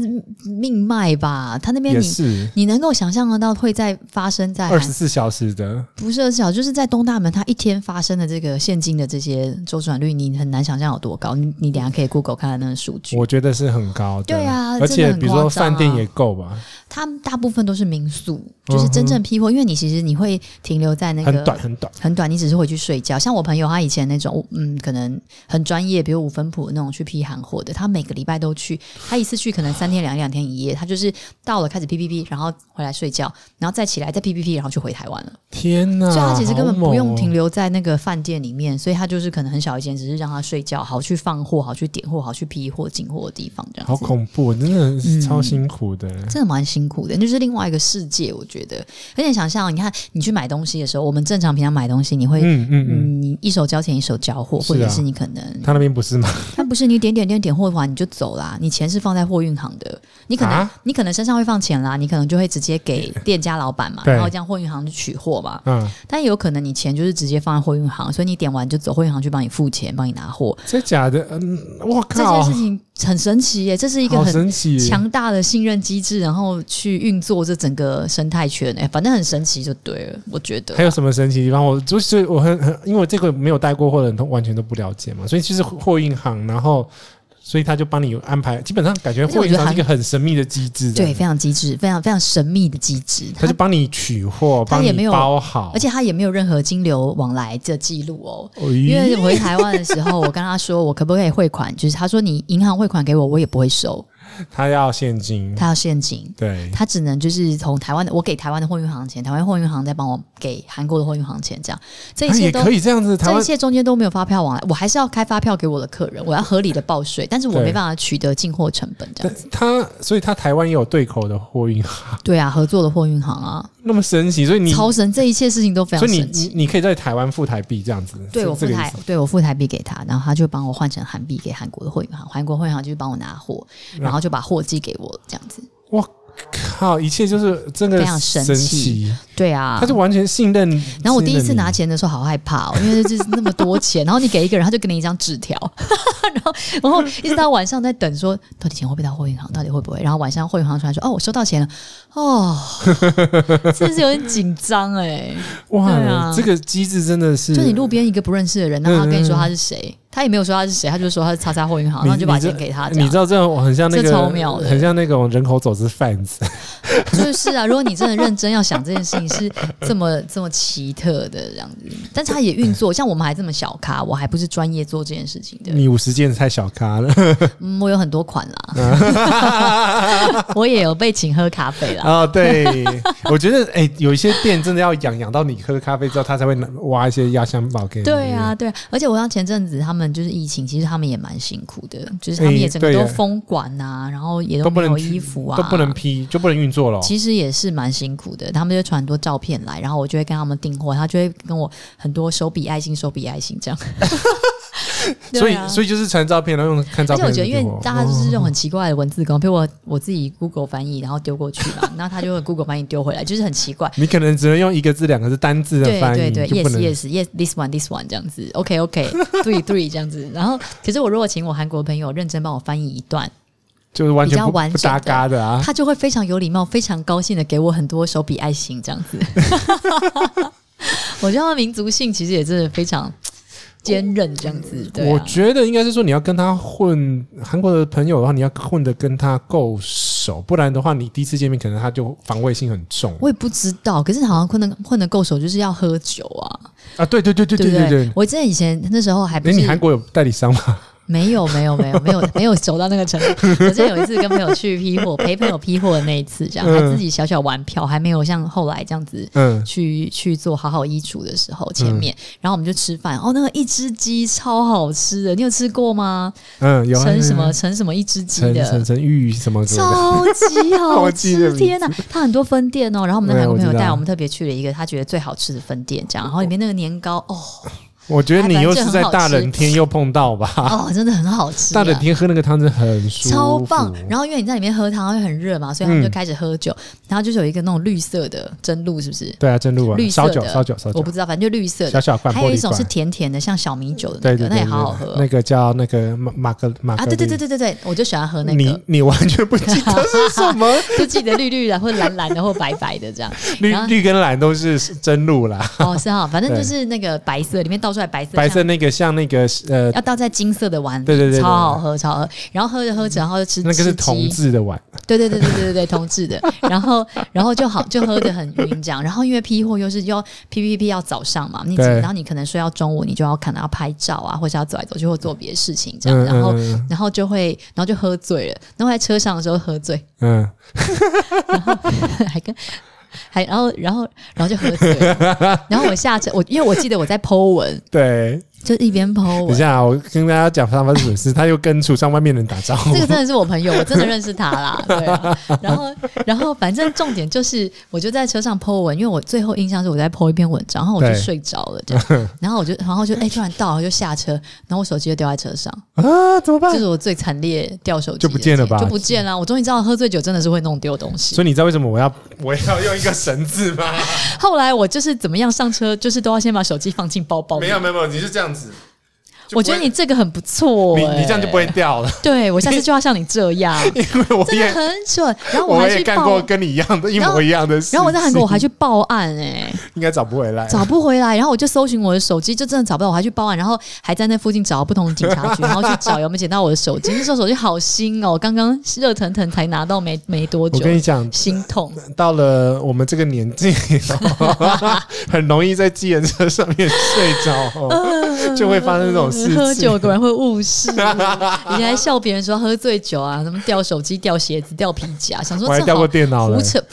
[SPEAKER 2] 命脉吧。它那边
[SPEAKER 1] 也
[SPEAKER 2] 你
[SPEAKER 1] 是
[SPEAKER 2] 你能够想象得到会在发生在
[SPEAKER 1] 二十四小时的。
[SPEAKER 2] 不是二十四小时，就是在东大门，它一天发生的这个现金的这些周转率，你很难想象有多高。你你等一下可以 Google 看看那个数据。
[SPEAKER 1] 我觉得是很高的，
[SPEAKER 2] 对啊
[SPEAKER 1] 而
[SPEAKER 2] 真的
[SPEAKER 1] 且
[SPEAKER 2] 很
[SPEAKER 1] 比如说
[SPEAKER 2] 夸张啊
[SPEAKER 1] 饭店也够吧，
[SPEAKER 2] 他们大部分都是民宿，就是真正批货，因为你其实你会停留在那
[SPEAKER 1] 嗯
[SPEAKER 2] 个
[SPEAKER 1] 很短很短。
[SPEAKER 2] 很短，你只是回去睡觉。像我朋友，他以前那种，嗯，可能很专业，比如五分埔那种去批韩货的，他每个礼拜都去，他一次去可能三天两夜两天一夜，他就是到了开始 P P P，然后回来睡觉，然后再起来再 P P P，然后就回台湾了。
[SPEAKER 1] 天哪！
[SPEAKER 2] 所以他其实根本
[SPEAKER 1] 哦
[SPEAKER 2] 不用停
[SPEAKER 1] 留。
[SPEAKER 2] 留在那个饭店里面，所以他就是可能很小一间，只是让他睡觉，好去放货，好去点货，好去批货、进货的地方，这嗯样子。
[SPEAKER 1] 好恐怖，真的是超辛苦的。
[SPEAKER 2] 真的蛮辛苦的，那就是另外一个世界，我觉得。而且想象，你看你去买东西的时候，我们正常平常买东西，你会。
[SPEAKER 1] 嗯嗯嗯，
[SPEAKER 2] 嗯，你一手交钱一手交货，
[SPEAKER 1] 是
[SPEAKER 2] 或
[SPEAKER 1] 啊
[SPEAKER 2] 者是你可能，
[SPEAKER 1] 他那边不是吗？
[SPEAKER 2] 他不是你点点点点货完你就走啦，你钱是放在货运行的，你可能、
[SPEAKER 1] 啊
[SPEAKER 2] 你可能身上会放钱啦，你可能就会直接给店家老板嘛，
[SPEAKER 1] 对
[SPEAKER 2] 然后这样货运行去取货嘛，
[SPEAKER 1] 嗯，
[SPEAKER 2] 但有可能你钱就是直接放在货运行，所以你点完就走，货运行去帮你付钱，帮你拿货，
[SPEAKER 1] 真假的？嗯，我
[SPEAKER 2] 这
[SPEAKER 1] 靠
[SPEAKER 2] 件，事情很神奇耶，这是一个
[SPEAKER 1] 好
[SPEAKER 2] 很
[SPEAKER 1] 神奇，
[SPEAKER 2] 强大的信任机制，然后去运作这整个生态圈，哎、反正很神奇就对了，我觉得。
[SPEAKER 1] 还有什么神奇地方？我就是我很很，因为我这个没有带过货的人，都完全都不了解嘛，所以就是货运行，然后所以他就帮你安排，基本上感觉
[SPEAKER 2] 而且
[SPEAKER 1] 货
[SPEAKER 2] 我
[SPEAKER 1] 运
[SPEAKER 2] 觉得
[SPEAKER 1] 行是
[SPEAKER 2] 韩
[SPEAKER 1] 一个很神秘的机制，
[SPEAKER 2] 对，，非常机智，非常非常神秘的机制，
[SPEAKER 1] 他
[SPEAKER 2] 它
[SPEAKER 1] 就帮你取货，
[SPEAKER 2] 他
[SPEAKER 1] 帮
[SPEAKER 2] 也
[SPEAKER 1] 你
[SPEAKER 2] 没有
[SPEAKER 1] 包好，
[SPEAKER 2] 而且它也没有任何金流往来的记录哦。
[SPEAKER 1] 哦
[SPEAKER 2] 因
[SPEAKER 1] 咦
[SPEAKER 2] 为回台湾的时候，我跟他说我可不可以汇款，就是他说你银行汇款给我，我也不会收，
[SPEAKER 1] 他要现金，
[SPEAKER 2] 他要现金，
[SPEAKER 1] 对，
[SPEAKER 2] 他只能就是从台湾的我给台湾的货运行钱，台湾货运行再帮我给韩国的货运行钱，这样这一
[SPEAKER 1] 他
[SPEAKER 2] 切
[SPEAKER 1] 也
[SPEAKER 2] 都
[SPEAKER 1] 可以这样子，台
[SPEAKER 2] 这一
[SPEAKER 1] 湾
[SPEAKER 2] 切中间都没有发票往来，我还是要开发票给我的客人，我要合理的报税，但是我
[SPEAKER 1] 对
[SPEAKER 2] 没办法取得进货成本，这样子。
[SPEAKER 1] 他所以他台湾也有对口的货运行，
[SPEAKER 2] 对啊，合作的货运行啊，
[SPEAKER 1] 那么神奇，所以你
[SPEAKER 2] 超神，这一切事情都非
[SPEAKER 1] 所
[SPEAKER 2] 常
[SPEAKER 1] 以你
[SPEAKER 2] 神
[SPEAKER 1] 你
[SPEAKER 2] 奇。
[SPEAKER 1] 你可以在台湾付台币这样子，
[SPEAKER 2] 对
[SPEAKER 1] 是
[SPEAKER 2] 我
[SPEAKER 1] 这
[SPEAKER 2] 付
[SPEAKER 1] 个意
[SPEAKER 2] 台
[SPEAKER 1] 思，
[SPEAKER 2] 对我付台币给他，然后他就帮我换成韩币给韩国的货运行，韩国货运行就是帮我拿货，然后就把货寄给我，这样子。
[SPEAKER 1] 靠，一切就是真的
[SPEAKER 2] 非常神
[SPEAKER 1] 神
[SPEAKER 2] 奇
[SPEAKER 1] 奇，
[SPEAKER 2] 对啊，
[SPEAKER 1] 他就完全信任。
[SPEAKER 2] 然后我第一次
[SPEAKER 1] 信任你
[SPEAKER 2] 拿钱的时候好害怕、哦，因为就是那么多钱，然后你给一个人，他就给你一张纸条， 然后然后一直到晚上在等说，到底钱会不会到货运行，到底会不会？然后晚上货运行传来说，哦，我收到钱了，哦， 真是有点紧张哎。
[SPEAKER 1] 哇，
[SPEAKER 2] 对啊
[SPEAKER 1] 这个机制真的是，嗯
[SPEAKER 2] 就你路边一个不认识的人，然后他跟你说他是谁，他也没有说他是谁，他就说他是叉叉货运行，然后你就把钱给他，这
[SPEAKER 1] 你
[SPEAKER 2] 样
[SPEAKER 1] 知道这种很像那
[SPEAKER 2] 啊这超
[SPEAKER 1] 个
[SPEAKER 2] 妙，的
[SPEAKER 1] 很像那种人口走私贩子，
[SPEAKER 2] 就是啊。如果你真的认真要想这件事情是这么这么奇特的这样子，但是他也运作，像我们还这么小咖，我还不是专业做这件事情的。
[SPEAKER 1] 你五十件太小咖了。
[SPEAKER 2] 嗯，我有很多款啦，
[SPEAKER 1] 嗯
[SPEAKER 2] 我也有被请喝咖 啡啦。
[SPEAKER 1] 哦，对，我觉得哎、有一些店真的要养养到你喝咖啡之后，他才会拿挖一些压箱宝给你。
[SPEAKER 2] 对啊，，对啊，而且我像前阵子他们就是疫情，其实他们也蛮辛苦的，就是他们
[SPEAKER 1] 诶
[SPEAKER 2] 也整个
[SPEAKER 1] 哎对
[SPEAKER 2] 都
[SPEAKER 1] 耶
[SPEAKER 2] 封馆呐、然后也
[SPEAKER 1] 都不
[SPEAKER 2] 没
[SPEAKER 1] 能
[SPEAKER 2] 有
[SPEAKER 1] 去
[SPEAKER 2] 衣服啊，
[SPEAKER 1] 都不能批，就不能运作了。
[SPEAKER 2] 其实也是蛮辛苦的，他们就会传很多照片来，然后我就会跟他们订货，他就会跟我很多手比爱心、手比爱心 这样。
[SPEAKER 1] 所
[SPEAKER 2] 对
[SPEAKER 1] 以，
[SPEAKER 2] 啊
[SPEAKER 1] 所以就是传照片，然后用看照
[SPEAKER 2] 而且
[SPEAKER 1] 片
[SPEAKER 2] 我
[SPEAKER 1] 的
[SPEAKER 2] 觉
[SPEAKER 1] 结
[SPEAKER 2] 得，
[SPEAKER 1] 果。
[SPEAKER 2] 因为大家就是
[SPEAKER 1] 哦
[SPEAKER 2] 用很奇怪的文字稿，比如我我自己 Google 翻译，然后丢过去嘛，然后他就会 Google 翻译丢回来，就是很奇怪。
[SPEAKER 1] 你可能只能用一个字、两个字单字的
[SPEAKER 2] 对
[SPEAKER 1] 翻译，
[SPEAKER 2] 对对
[SPEAKER 1] 就
[SPEAKER 2] ，yes
[SPEAKER 1] 不能
[SPEAKER 2] yes yes this one this one 这样子，OK OK three three 这样子。然后，可是我如果请我韩国朋友认真帮我翻译一段，
[SPEAKER 1] 就是完全
[SPEAKER 2] 比较
[SPEAKER 1] 不
[SPEAKER 2] 完
[SPEAKER 1] 不
[SPEAKER 2] 整
[SPEAKER 1] 搭
[SPEAKER 2] 的
[SPEAKER 1] 嘎的啊。
[SPEAKER 2] 他就会非常有礼貌、非常高兴的给我很多手比爱心这样子。 我觉得他们民族性其实也真的非常坚韧，这样子。对、
[SPEAKER 1] 我
[SPEAKER 2] 啊，
[SPEAKER 1] 觉得应该是说，你要跟他混韩国的朋友的话，你要混的跟他够熟，不然的话，你第一次见面可能他就防卫性很重
[SPEAKER 2] 我也不知道，可是好像混的混的够熟，就是要喝酒啊，
[SPEAKER 1] 啊。对对对对
[SPEAKER 2] 不
[SPEAKER 1] 对对。
[SPEAKER 2] 我记得以前那时候还不
[SPEAKER 1] 哎，
[SPEAKER 2] 是
[SPEAKER 1] 你韩国有代理商吗？
[SPEAKER 2] 没有没有没有 没有没有熟到那个程度。我记得有一次跟朋友去批货，陪朋友批货的那一次，这样还自己小小玩票，还没有像后来这样子
[SPEAKER 1] 嗯，
[SPEAKER 2] 去去做好好衣橱的时候，前面，然后我们就吃饭，哦，那个一只鸡超好吃的，你有吃过吗？
[SPEAKER 1] 嗯，有啊
[SPEAKER 2] 成什么成什么一只鸡
[SPEAKER 1] 陈陈
[SPEAKER 2] 的。
[SPEAKER 1] 陈玉什么什么
[SPEAKER 2] 超级好
[SPEAKER 1] 我记得
[SPEAKER 2] 吃！
[SPEAKER 1] 名字
[SPEAKER 2] 天哪，它很多分店哦。然后我们的
[SPEAKER 1] 对
[SPEAKER 2] 韩国朋友
[SPEAKER 1] 我知道
[SPEAKER 2] 带我们特别去了一个他觉得最好吃的分店，这样。然后里面那个年糕， 哦
[SPEAKER 1] 的，我觉得你又是在大
[SPEAKER 2] 反正
[SPEAKER 1] 冷
[SPEAKER 2] 很好吃
[SPEAKER 1] 天又碰到吧？
[SPEAKER 2] 哦，真的很好吃、啊。
[SPEAKER 1] 大冷天喝那个汤真的很舒服，
[SPEAKER 2] 超棒！然后因为你在里面喝汤会很热嘛，所以他们就
[SPEAKER 1] 嗯
[SPEAKER 2] 开始喝酒，然后就是有一个那种绿色的蒸露，是不是？
[SPEAKER 1] 对啊，真露啊，
[SPEAKER 2] 绿色
[SPEAKER 1] 烧
[SPEAKER 2] 的
[SPEAKER 1] 酒烧酒烧
[SPEAKER 2] 我
[SPEAKER 1] 酒
[SPEAKER 2] 不，知道，反正就绿色
[SPEAKER 1] 小
[SPEAKER 2] 的。
[SPEAKER 1] 小罐
[SPEAKER 2] 还
[SPEAKER 1] 玻
[SPEAKER 2] 有一
[SPEAKER 1] 璃
[SPEAKER 2] 种
[SPEAKER 1] 罐
[SPEAKER 2] 是，甜甜的，像小米酒的
[SPEAKER 1] 对
[SPEAKER 2] 那
[SPEAKER 1] 对对，
[SPEAKER 2] 个，那也
[SPEAKER 1] 对
[SPEAKER 2] 好好喝哦
[SPEAKER 1] 那个叫那个马马格马
[SPEAKER 2] 啊！
[SPEAKER 1] 格
[SPEAKER 2] 对对对
[SPEAKER 1] 丽
[SPEAKER 2] 对对对，我就喜欢喝那
[SPEAKER 1] 你
[SPEAKER 2] 个，
[SPEAKER 1] 你完全不记得是什么
[SPEAKER 2] 就记得绿绿的或者蓝蓝的或白白的这 样。
[SPEAKER 1] 绿
[SPEAKER 2] 然后
[SPEAKER 1] 绿跟蓝都是真露啦，
[SPEAKER 2] 哦，是哈，反正
[SPEAKER 1] 对
[SPEAKER 2] 就是那个白色，里面倒出来白色，
[SPEAKER 1] 白色那个像那个呃
[SPEAKER 2] 要倒在金色的碗里，
[SPEAKER 1] 对对对对
[SPEAKER 2] 超好喝，超好喝。然后喝着喝着，然后就吃
[SPEAKER 1] 那个是
[SPEAKER 2] 吃鸡
[SPEAKER 1] 同志的碗，
[SPEAKER 2] 对对对对对对对，同志的。 然后然后就好就喝得很晕这样。然后因为批货又是又要 P P P 要早上嘛，你
[SPEAKER 1] 对
[SPEAKER 2] 然后你可能睡到中午，你就要可能要拍照啊，或者要走来走去或做别的事情这样。
[SPEAKER 1] 嗯
[SPEAKER 2] 然后
[SPEAKER 1] 嗯
[SPEAKER 2] 然后就会然后就喝醉了，然后在车上的时候喝醉，
[SPEAKER 1] 嗯，
[SPEAKER 2] 还跟。还然后然后然后就喝醉了， 然后我下车我因为我记得我在 Po 文，
[SPEAKER 1] 对。
[SPEAKER 2] 就一边 Po
[SPEAKER 1] 等一
[SPEAKER 2] 文，
[SPEAKER 1] 下啊，我跟大家讲发生什么事，他又跟橱窗外面的人打 招呼
[SPEAKER 2] 这。个真的是我朋友，我真的认识他啦。 对啊，然后然后反正重点就是，我就在车上 Po 文，因为我最后印象是我在 Po 一篇文章，然后我就
[SPEAKER 1] 对
[SPEAKER 2] 睡着了，这样，然后我就然后就哎、突然到了，我就下车，然后我手机就掉在车上，
[SPEAKER 1] 啊，怎么办
[SPEAKER 2] 这？是我最惨烈掉手机的
[SPEAKER 1] 就不见了吧
[SPEAKER 2] 就不见了。我终于知道喝醉酒真的是会弄丢东西
[SPEAKER 1] 所。以你知道为什么我要 我要用一个绳子吗？
[SPEAKER 2] 后来我就是怎么样上车，就是都要先把手机放进包包里
[SPEAKER 1] 没。有没有没有，你是这样子。就不会
[SPEAKER 2] 我觉得你这个很不错、
[SPEAKER 1] 你
[SPEAKER 2] 哎
[SPEAKER 1] 你这样就不会掉了，
[SPEAKER 2] 对我下次就要像你这 样，
[SPEAKER 1] 因为我
[SPEAKER 2] 真的
[SPEAKER 1] 也
[SPEAKER 2] 很蠢。然后
[SPEAKER 1] 我
[SPEAKER 2] 还
[SPEAKER 1] 也
[SPEAKER 2] 去
[SPEAKER 1] 干
[SPEAKER 2] 报
[SPEAKER 1] 过，跟你一样的一
[SPEAKER 2] 然后
[SPEAKER 1] 模一样的事情。
[SPEAKER 2] 然后我在韩国我还去报案哎、
[SPEAKER 1] 应该找不回来，
[SPEAKER 2] 找不回来，然后我就搜寻我的手机，就真的找不到，我还去报案，然后还在那附近找不同的警察局，然 后去找有没有捡到我的手机。那时候手机好新哦，刚刚热腾腾才拿到没没多
[SPEAKER 1] 我
[SPEAKER 2] 久，
[SPEAKER 1] 跟你讲，
[SPEAKER 2] 心痛。
[SPEAKER 1] 到了我们这个年 纪，很容易在计程车上面睡着，就会发生这种事情。
[SPEAKER 2] 嗯喝酒果然会误事，以前还笑别人说喝醉酒啊，什么掉手机、掉鞋子、掉皮夹，想说
[SPEAKER 1] 我还
[SPEAKER 2] 这
[SPEAKER 1] 掉过
[SPEAKER 2] 好
[SPEAKER 1] 电脑了
[SPEAKER 2] 胡，扯，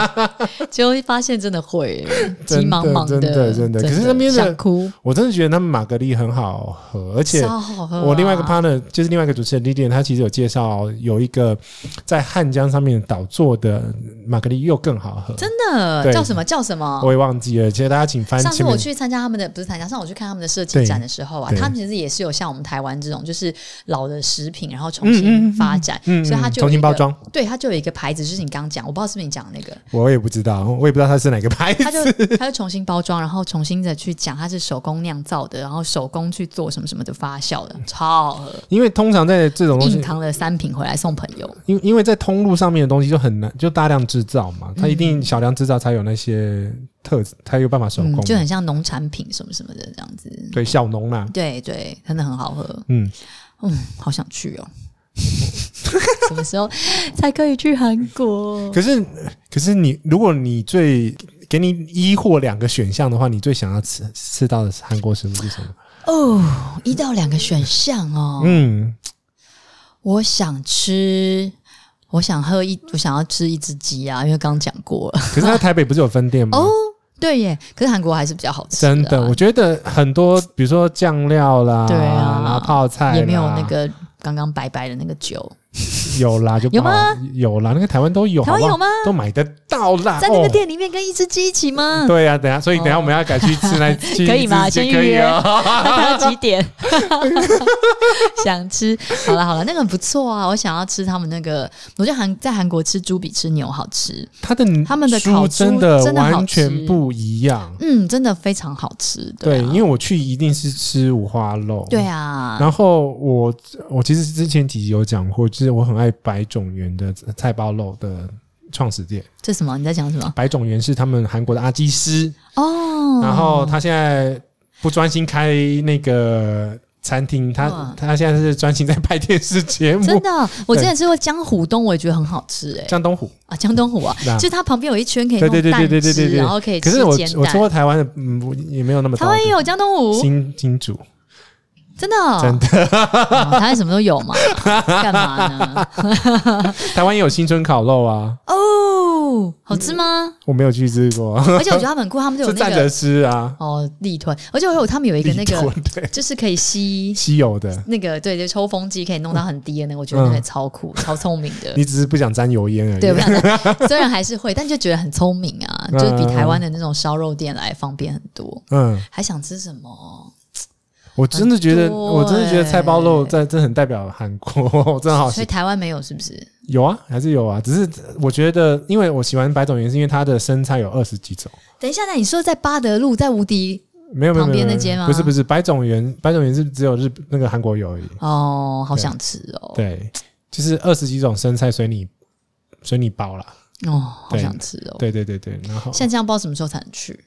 [SPEAKER 2] 结果发现真的会急
[SPEAKER 1] 真的
[SPEAKER 2] 忙忙
[SPEAKER 1] 真的真的可是那边的
[SPEAKER 2] 想哭，
[SPEAKER 1] 我真的觉得他们玛格丽很好喝，而且
[SPEAKER 2] 超好喝啊。
[SPEAKER 1] 我另外一个 partner 就是另外一个主持人 Lilian，她其实有介绍有一个在汉江上面岛做的玛格丽又更好喝，
[SPEAKER 2] 真的
[SPEAKER 1] 对
[SPEAKER 2] 叫什么叫什么？
[SPEAKER 1] 我也忘记了，其实大家请翻
[SPEAKER 2] 上次
[SPEAKER 1] 前
[SPEAKER 2] 我
[SPEAKER 1] 面。
[SPEAKER 2] 去参加他们的，不是参加，上次我去看他们的设计
[SPEAKER 1] 对
[SPEAKER 2] 展的时候啊，
[SPEAKER 1] 对
[SPEAKER 2] 他们其实也是有像我们台湾这种，就是老的食品，然后重
[SPEAKER 1] 嗯嗯
[SPEAKER 2] 新
[SPEAKER 1] 嗯
[SPEAKER 2] 发展，
[SPEAKER 1] 嗯，
[SPEAKER 2] 所以它
[SPEAKER 1] 嗯
[SPEAKER 2] 就有
[SPEAKER 1] 重新
[SPEAKER 2] 一
[SPEAKER 1] 包
[SPEAKER 2] 个
[SPEAKER 1] 装，
[SPEAKER 2] 对，它就有一个牌子，就是你刚讲，我不知道是不是你讲的那个，
[SPEAKER 1] 我也不知道，我也不知道它是哪个牌子
[SPEAKER 2] 它。就它就重新包装，然后重新的去讲它是手工酿造的，然后手工去做什么什么的发酵的，超好喝。
[SPEAKER 1] 因为通常在这种东
[SPEAKER 2] 硬
[SPEAKER 1] 西，
[SPEAKER 2] 糖的三瓶回来送朋友，
[SPEAKER 1] 因因为在通路上面的东西就很难，就大量制造嘛，它一定小量制造才有那些特，才有办法手工
[SPEAKER 2] 嗯
[SPEAKER 1] 嘛，，
[SPEAKER 2] 就很嗯像农产品什么什么的这样子。
[SPEAKER 1] 对小农啦。
[SPEAKER 2] 对对，真的很好喝。
[SPEAKER 1] 嗯，
[SPEAKER 2] 嗯，好想 去哦。什么时候才可以去韩国？
[SPEAKER 1] 可是可是你如果你最给你一或两个选项的话，你最想要吃吃到的韩国食物是什么？
[SPEAKER 2] 哦，一到两个选项哦。
[SPEAKER 1] 嗯，
[SPEAKER 2] 我想吃，我想喝一，我想要吃一只鸡啊，因为刚刚讲过了。
[SPEAKER 1] 可是它台北不是有分店吗？
[SPEAKER 2] 哦，对耶，可是韩国还是比较好吃、啊，
[SPEAKER 1] 真的，我觉得很多，比如说酱料啦，
[SPEAKER 2] 对啊
[SPEAKER 1] 然后泡菜啦
[SPEAKER 2] 也没有那个刚刚白白的那个酒，
[SPEAKER 1] 有啦，就
[SPEAKER 2] 有吗
[SPEAKER 1] 泡？有啦，那个台湾都有，
[SPEAKER 2] 台湾
[SPEAKER 1] 哦好不好
[SPEAKER 2] 有吗
[SPEAKER 1] 都买得到啦，
[SPEAKER 2] 在那个
[SPEAKER 1] 哦
[SPEAKER 2] 店里面跟一只鸡一起吗？
[SPEAKER 1] 对呀、等一下，所以等一下
[SPEAKER 2] 哦
[SPEAKER 1] 我们要改去吃 那去
[SPEAKER 2] 可以吗
[SPEAKER 1] 吃
[SPEAKER 2] 先预
[SPEAKER 1] 可以
[SPEAKER 2] 约
[SPEAKER 1] 哦。
[SPEAKER 2] 要 几点？想吃，好了好了，那个很不错啊，我想要吃他们那个，我觉得韩在韩国吃猪比吃牛好吃，
[SPEAKER 1] 他的
[SPEAKER 2] 他们的烤
[SPEAKER 1] 猪
[SPEAKER 2] 猪
[SPEAKER 1] 真的
[SPEAKER 2] 真的好
[SPEAKER 1] 完全
[SPEAKER 2] 吃
[SPEAKER 1] 不一样，
[SPEAKER 2] 嗯，真的非常好吃，
[SPEAKER 1] 对，
[SPEAKER 2] 啊
[SPEAKER 1] 因为我去一定是吃五花肉，
[SPEAKER 2] 对。啊，
[SPEAKER 1] 然后我我其实之前几集有讲过，就是我很爱百种园的菜包肉的创始店。
[SPEAKER 2] 这什么？你在讲什么？
[SPEAKER 1] 百种园是他们韩国的阿基师，
[SPEAKER 2] 哦，
[SPEAKER 1] 然后他现在不专心开那个餐厅，他
[SPEAKER 2] 哇
[SPEAKER 1] 他现在是专心在拍电视节
[SPEAKER 2] 嗯真
[SPEAKER 1] 目。
[SPEAKER 2] 的，我之前吃过江湖东，我也觉得很好吃哎、
[SPEAKER 1] 江东虎，
[SPEAKER 2] 啊，江东湖啊，
[SPEAKER 1] 那
[SPEAKER 2] 就是它旁边有一圈可以
[SPEAKER 1] 对
[SPEAKER 2] 弄
[SPEAKER 1] 对对对对
[SPEAKER 2] 蛋
[SPEAKER 1] 对对
[SPEAKER 2] 汁，
[SPEAKER 1] 对
[SPEAKER 2] 然后可以
[SPEAKER 1] 可
[SPEAKER 2] 吃
[SPEAKER 1] 是我
[SPEAKER 2] 煎
[SPEAKER 1] 我吃
[SPEAKER 2] 蛋。
[SPEAKER 1] 过台湾的，嗯，不也没有那么
[SPEAKER 2] 台
[SPEAKER 1] 多。
[SPEAKER 2] 湾也有江东湖
[SPEAKER 1] 新金主，
[SPEAKER 2] 真的、哦，真的，台湾什么都有 嘛，干嘛呢？
[SPEAKER 1] 台湾也有新春烤肉啊，
[SPEAKER 2] 哦，好吃吗？
[SPEAKER 1] 我没有去吃 过，
[SPEAKER 2] 而且我觉得他们很酷，他们就有
[SPEAKER 1] 就
[SPEAKER 2] 那
[SPEAKER 1] 站
[SPEAKER 2] 个
[SPEAKER 1] 着吃啊，
[SPEAKER 2] 哦立吞，而且我有他们有一个那
[SPEAKER 1] 立
[SPEAKER 2] 个
[SPEAKER 1] 吞 对
[SPEAKER 2] 就是可以吸
[SPEAKER 1] 稀有的，
[SPEAKER 2] 那个对，就抽风机可以弄到很低的那个，我觉得那
[SPEAKER 1] 嗯
[SPEAKER 2] 个超酷、超聪明的。
[SPEAKER 1] 你只是不想沾油烟而已。
[SPEAKER 2] 对，我想 说虽然还是会，但就觉得很聪明啊，就是比
[SPEAKER 1] 嗯
[SPEAKER 2] 台湾的那种烧肉店来方便很多。
[SPEAKER 1] 嗯，
[SPEAKER 2] 还想吃什么？
[SPEAKER 1] 我真的觉得，
[SPEAKER 2] 很多
[SPEAKER 1] 我真的觉得
[SPEAKER 2] 欸
[SPEAKER 1] 菜包肉在这很代表韩国， 我真的好喜
[SPEAKER 2] 所以台湾没有是不是？
[SPEAKER 1] 有啊，还是有啊，只是我觉得，因为我喜欢白种原因是因为它的生菜有二十几种。
[SPEAKER 2] 等一下，那你说在巴德路，在无敌
[SPEAKER 1] 没有没有
[SPEAKER 2] 旁
[SPEAKER 1] 没有
[SPEAKER 2] 边
[SPEAKER 1] 没有
[SPEAKER 2] 那间吗
[SPEAKER 1] 不是不是，白种园白种园是只有日那个韩国有而已。
[SPEAKER 2] 哦，好
[SPEAKER 1] 对
[SPEAKER 2] 想吃哦，
[SPEAKER 1] 对，就是二十几种生菜随你随你包啦。
[SPEAKER 2] 哦，好
[SPEAKER 1] 对
[SPEAKER 2] 想吃哦。
[SPEAKER 1] 对对对对，然后
[SPEAKER 2] 现在这样不知道什么时候才能去。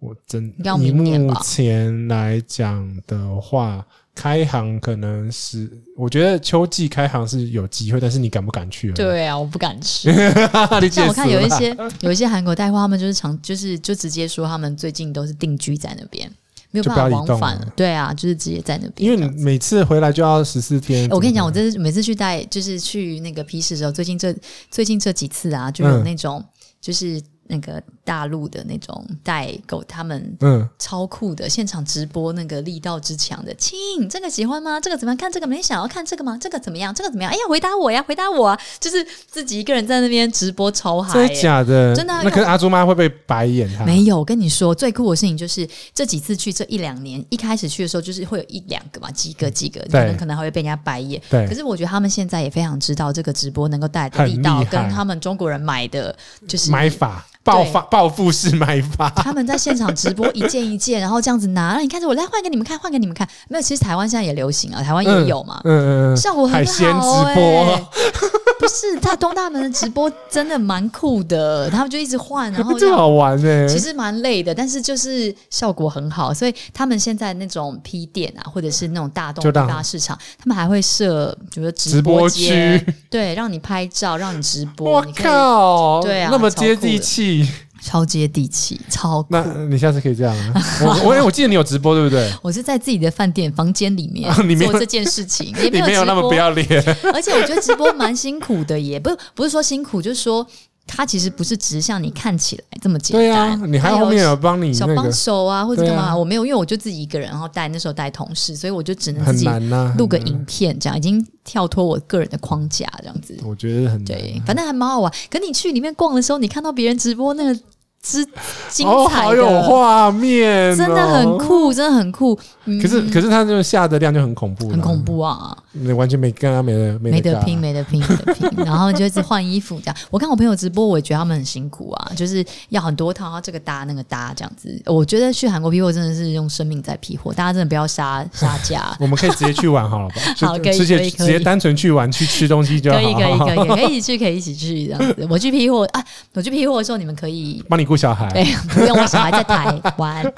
[SPEAKER 1] 我真
[SPEAKER 2] 应该要
[SPEAKER 1] 以
[SPEAKER 2] 明年
[SPEAKER 1] 目
[SPEAKER 2] 吧
[SPEAKER 1] 前来讲的话，开行可能是我觉得秋季开行是有机会，但是你敢不敢去？，
[SPEAKER 2] 对啊，我不敢吃。
[SPEAKER 1] 你解
[SPEAKER 2] 像我看
[SPEAKER 1] 释
[SPEAKER 2] 有一
[SPEAKER 1] 吧
[SPEAKER 2] 些有一些韩国带货，他们就是常就是就直接说他们最近都是定居在那边，没有
[SPEAKER 1] 就不
[SPEAKER 2] 办法
[SPEAKER 1] 要移
[SPEAKER 2] 往
[SPEAKER 1] 动
[SPEAKER 2] 返
[SPEAKER 1] 了
[SPEAKER 2] 了。对啊，就是直接在那
[SPEAKER 1] 因
[SPEAKER 2] 边这
[SPEAKER 1] 为
[SPEAKER 2] 样子。
[SPEAKER 1] 你每次回来就要十四天。
[SPEAKER 2] 我跟你讲，我
[SPEAKER 1] 这
[SPEAKER 2] 这是每次去带，就是去那个皮市的时候，最近这最近这几次啊，就有
[SPEAKER 1] 嗯
[SPEAKER 2] 那种、就是那个大陆的那种代购，他们
[SPEAKER 1] 嗯，
[SPEAKER 2] 超酷的现场直播，那个力道之强的，亲，这个喜欢吗？这个怎么样？看这个没想要看这个吗？这个怎么样？这个怎么样？哎呀，回答我呀，回答我啊！就是自己一个人在那边直播超嗨、
[SPEAKER 1] 嗯真的
[SPEAKER 2] 欸
[SPEAKER 1] 假的？
[SPEAKER 2] 真的啊
[SPEAKER 1] 那
[SPEAKER 2] 因为
[SPEAKER 1] 可是阿朱妈会不会白眼他？
[SPEAKER 2] 没有，我跟你说，最酷的事情就是这几次去这一两年，一开始去的时候就是会有一两个嘛，几
[SPEAKER 1] 嗯
[SPEAKER 2] 个几个，你可能可能还会被人家白眼。
[SPEAKER 1] 对
[SPEAKER 2] 可是我觉得他们现在也非常知道这个直播能够带来的力
[SPEAKER 1] 很
[SPEAKER 2] 道，
[SPEAKER 1] 厉害
[SPEAKER 2] 跟他们中国人买的就是
[SPEAKER 1] 买法暴发暴富式买法。
[SPEAKER 2] 他们在现场直播一件一件，然后这样子拿，你看着我来换给你们看，换给你们看。没有，其实台湾现在也流行啊，台湾也有嘛，
[SPEAKER 1] 嗯嗯嗯，
[SPEAKER 2] 效果很好、
[SPEAKER 1] 海
[SPEAKER 2] 欸。
[SPEAKER 1] 鲜直播，
[SPEAKER 2] 不是他东大门的直播真的蛮酷的，他们就一直换，然后
[SPEAKER 1] 哎这
[SPEAKER 2] 让
[SPEAKER 1] 好玩欸呢、
[SPEAKER 2] 其实蛮累的，但是就是效果很好，所以他们现在那种批店啊，或者是那种大
[SPEAKER 1] 就
[SPEAKER 2] 动
[SPEAKER 1] 让
[SPEAKER 2] 大市场，他们还会设，比如说
[SPEAKER 1] 直
[SPEAKER 2] 播
[SPEAKER 1] 播
[SPEAKER 2] 间，
[SPEAKER 1] 区，
[SPEAKER 2] 对，让你拍照，让你直 播，
[SPEAKER 1] 我
[SPEAKER 2] 你可以
[SPEAKER 1] 靠，
[SPEAKER 2] 对啊
[SPEAKER 1] 那么接地气。
[SPEAKER 2] 超接地气，超酷
[SPEAKER 1] 那。你下次可以这样啊！ 我我我记得你有直播对不对？
[SPEAKER 2] 我是在自己的饭店房间里面
[SPEAKER 1] 啊你没有
[SPEAKER 2] 做这件事情，也
[SPEAKER 1] 你
[SPEAKER 2] 没
[SPEAKER 1] 没有
[SPEAKER 2] 直
[SPEAKER 1] 那么
[SPEAKER 2] 播
[SPEAKER 1] 不，要脸，
[SPEAKER 2] 而且我觉得直播蛮辛苦的耶，不是不是说辛苦，就是说它其实不是只像你看起来这么简
[SPEAKER 1] 对啊
[SPEAKER 2] 单，，
[SPEAKER 1] 你还后面有帮你
[SPEAKER 2] 小
[SPEAKER 1] 那
[SPEAKER 2] 帮
[SPEAKER 1] 个
[SPEAKER 2] 手啊，或者干嘛、
[SPEAKER 1] 对啊
[SPEAKER 2] 我没有，因为我就自己一个人，然后带那时候带同事，所以我就只能自
[SPEAKER 1] 很
[SPEAKER 2] 己
[SPEAKER 1] 难呐，
[SPEAKER 2] 录个
[SPEAKER 1] 很难
[SPEAKER 2] 影，片，这样已经跳脱我个人的框架，这样子。
[SPEAKER 1] 我觉得很难
[SPEAKER 2] 对，反正还蛮好玩。可你去里面逛的时候，你看到别人直播那个之精
[SPEAKER 1] 哦，
[SPEAKER 2] 彩
[SPEAKER 1] 好有
[SPEAKER 2] 的，
[SPEAKER 1] 画面哦，
[SPEAKER 2] 真的很酷，真的很酷。嗯
[SPEAKER 1] 可是可是他就下的量就很恐怖，
[SPEAKER 2] 很恐，怖啊！
[SPEAKER 1] 你完全没跟他没得没
[SPEAKER 2] 没得
[SPEAKER 1] 干。
[SPEAKER 2] 拼，没得拼，没得拼。然后就一直换衣服这样。我看我朋友直播，我也觉得他们很辛苦啊，就是要很多套，然后这个搭那个搭这样子。我觉得去韩国批货真的是用生命在批货，大家真的不要杀杀 价
[SPEAKER 1] 我们可以直接去玩好了吧？
[SPEAKER 2] 好
[SPEAKER 1] 就
[SPEAKER 2] 可以
[SPEAKER 1] 直接
[SPEAKER 2] 可以可
[SPEAKER 1] 直
[SPEAKER 2] 以
[SPEAKER 1] 接单纯去玩去吃东西就好。
[SPEAKER 2] 可以可以可以可以一起去，可以一起去这样子。我去批货啊，我去批货的时候，你们可以
[SPEAKER 1] 帮你顾小孩。
[SPEAKER 2] 对，不用我小孩在台湾，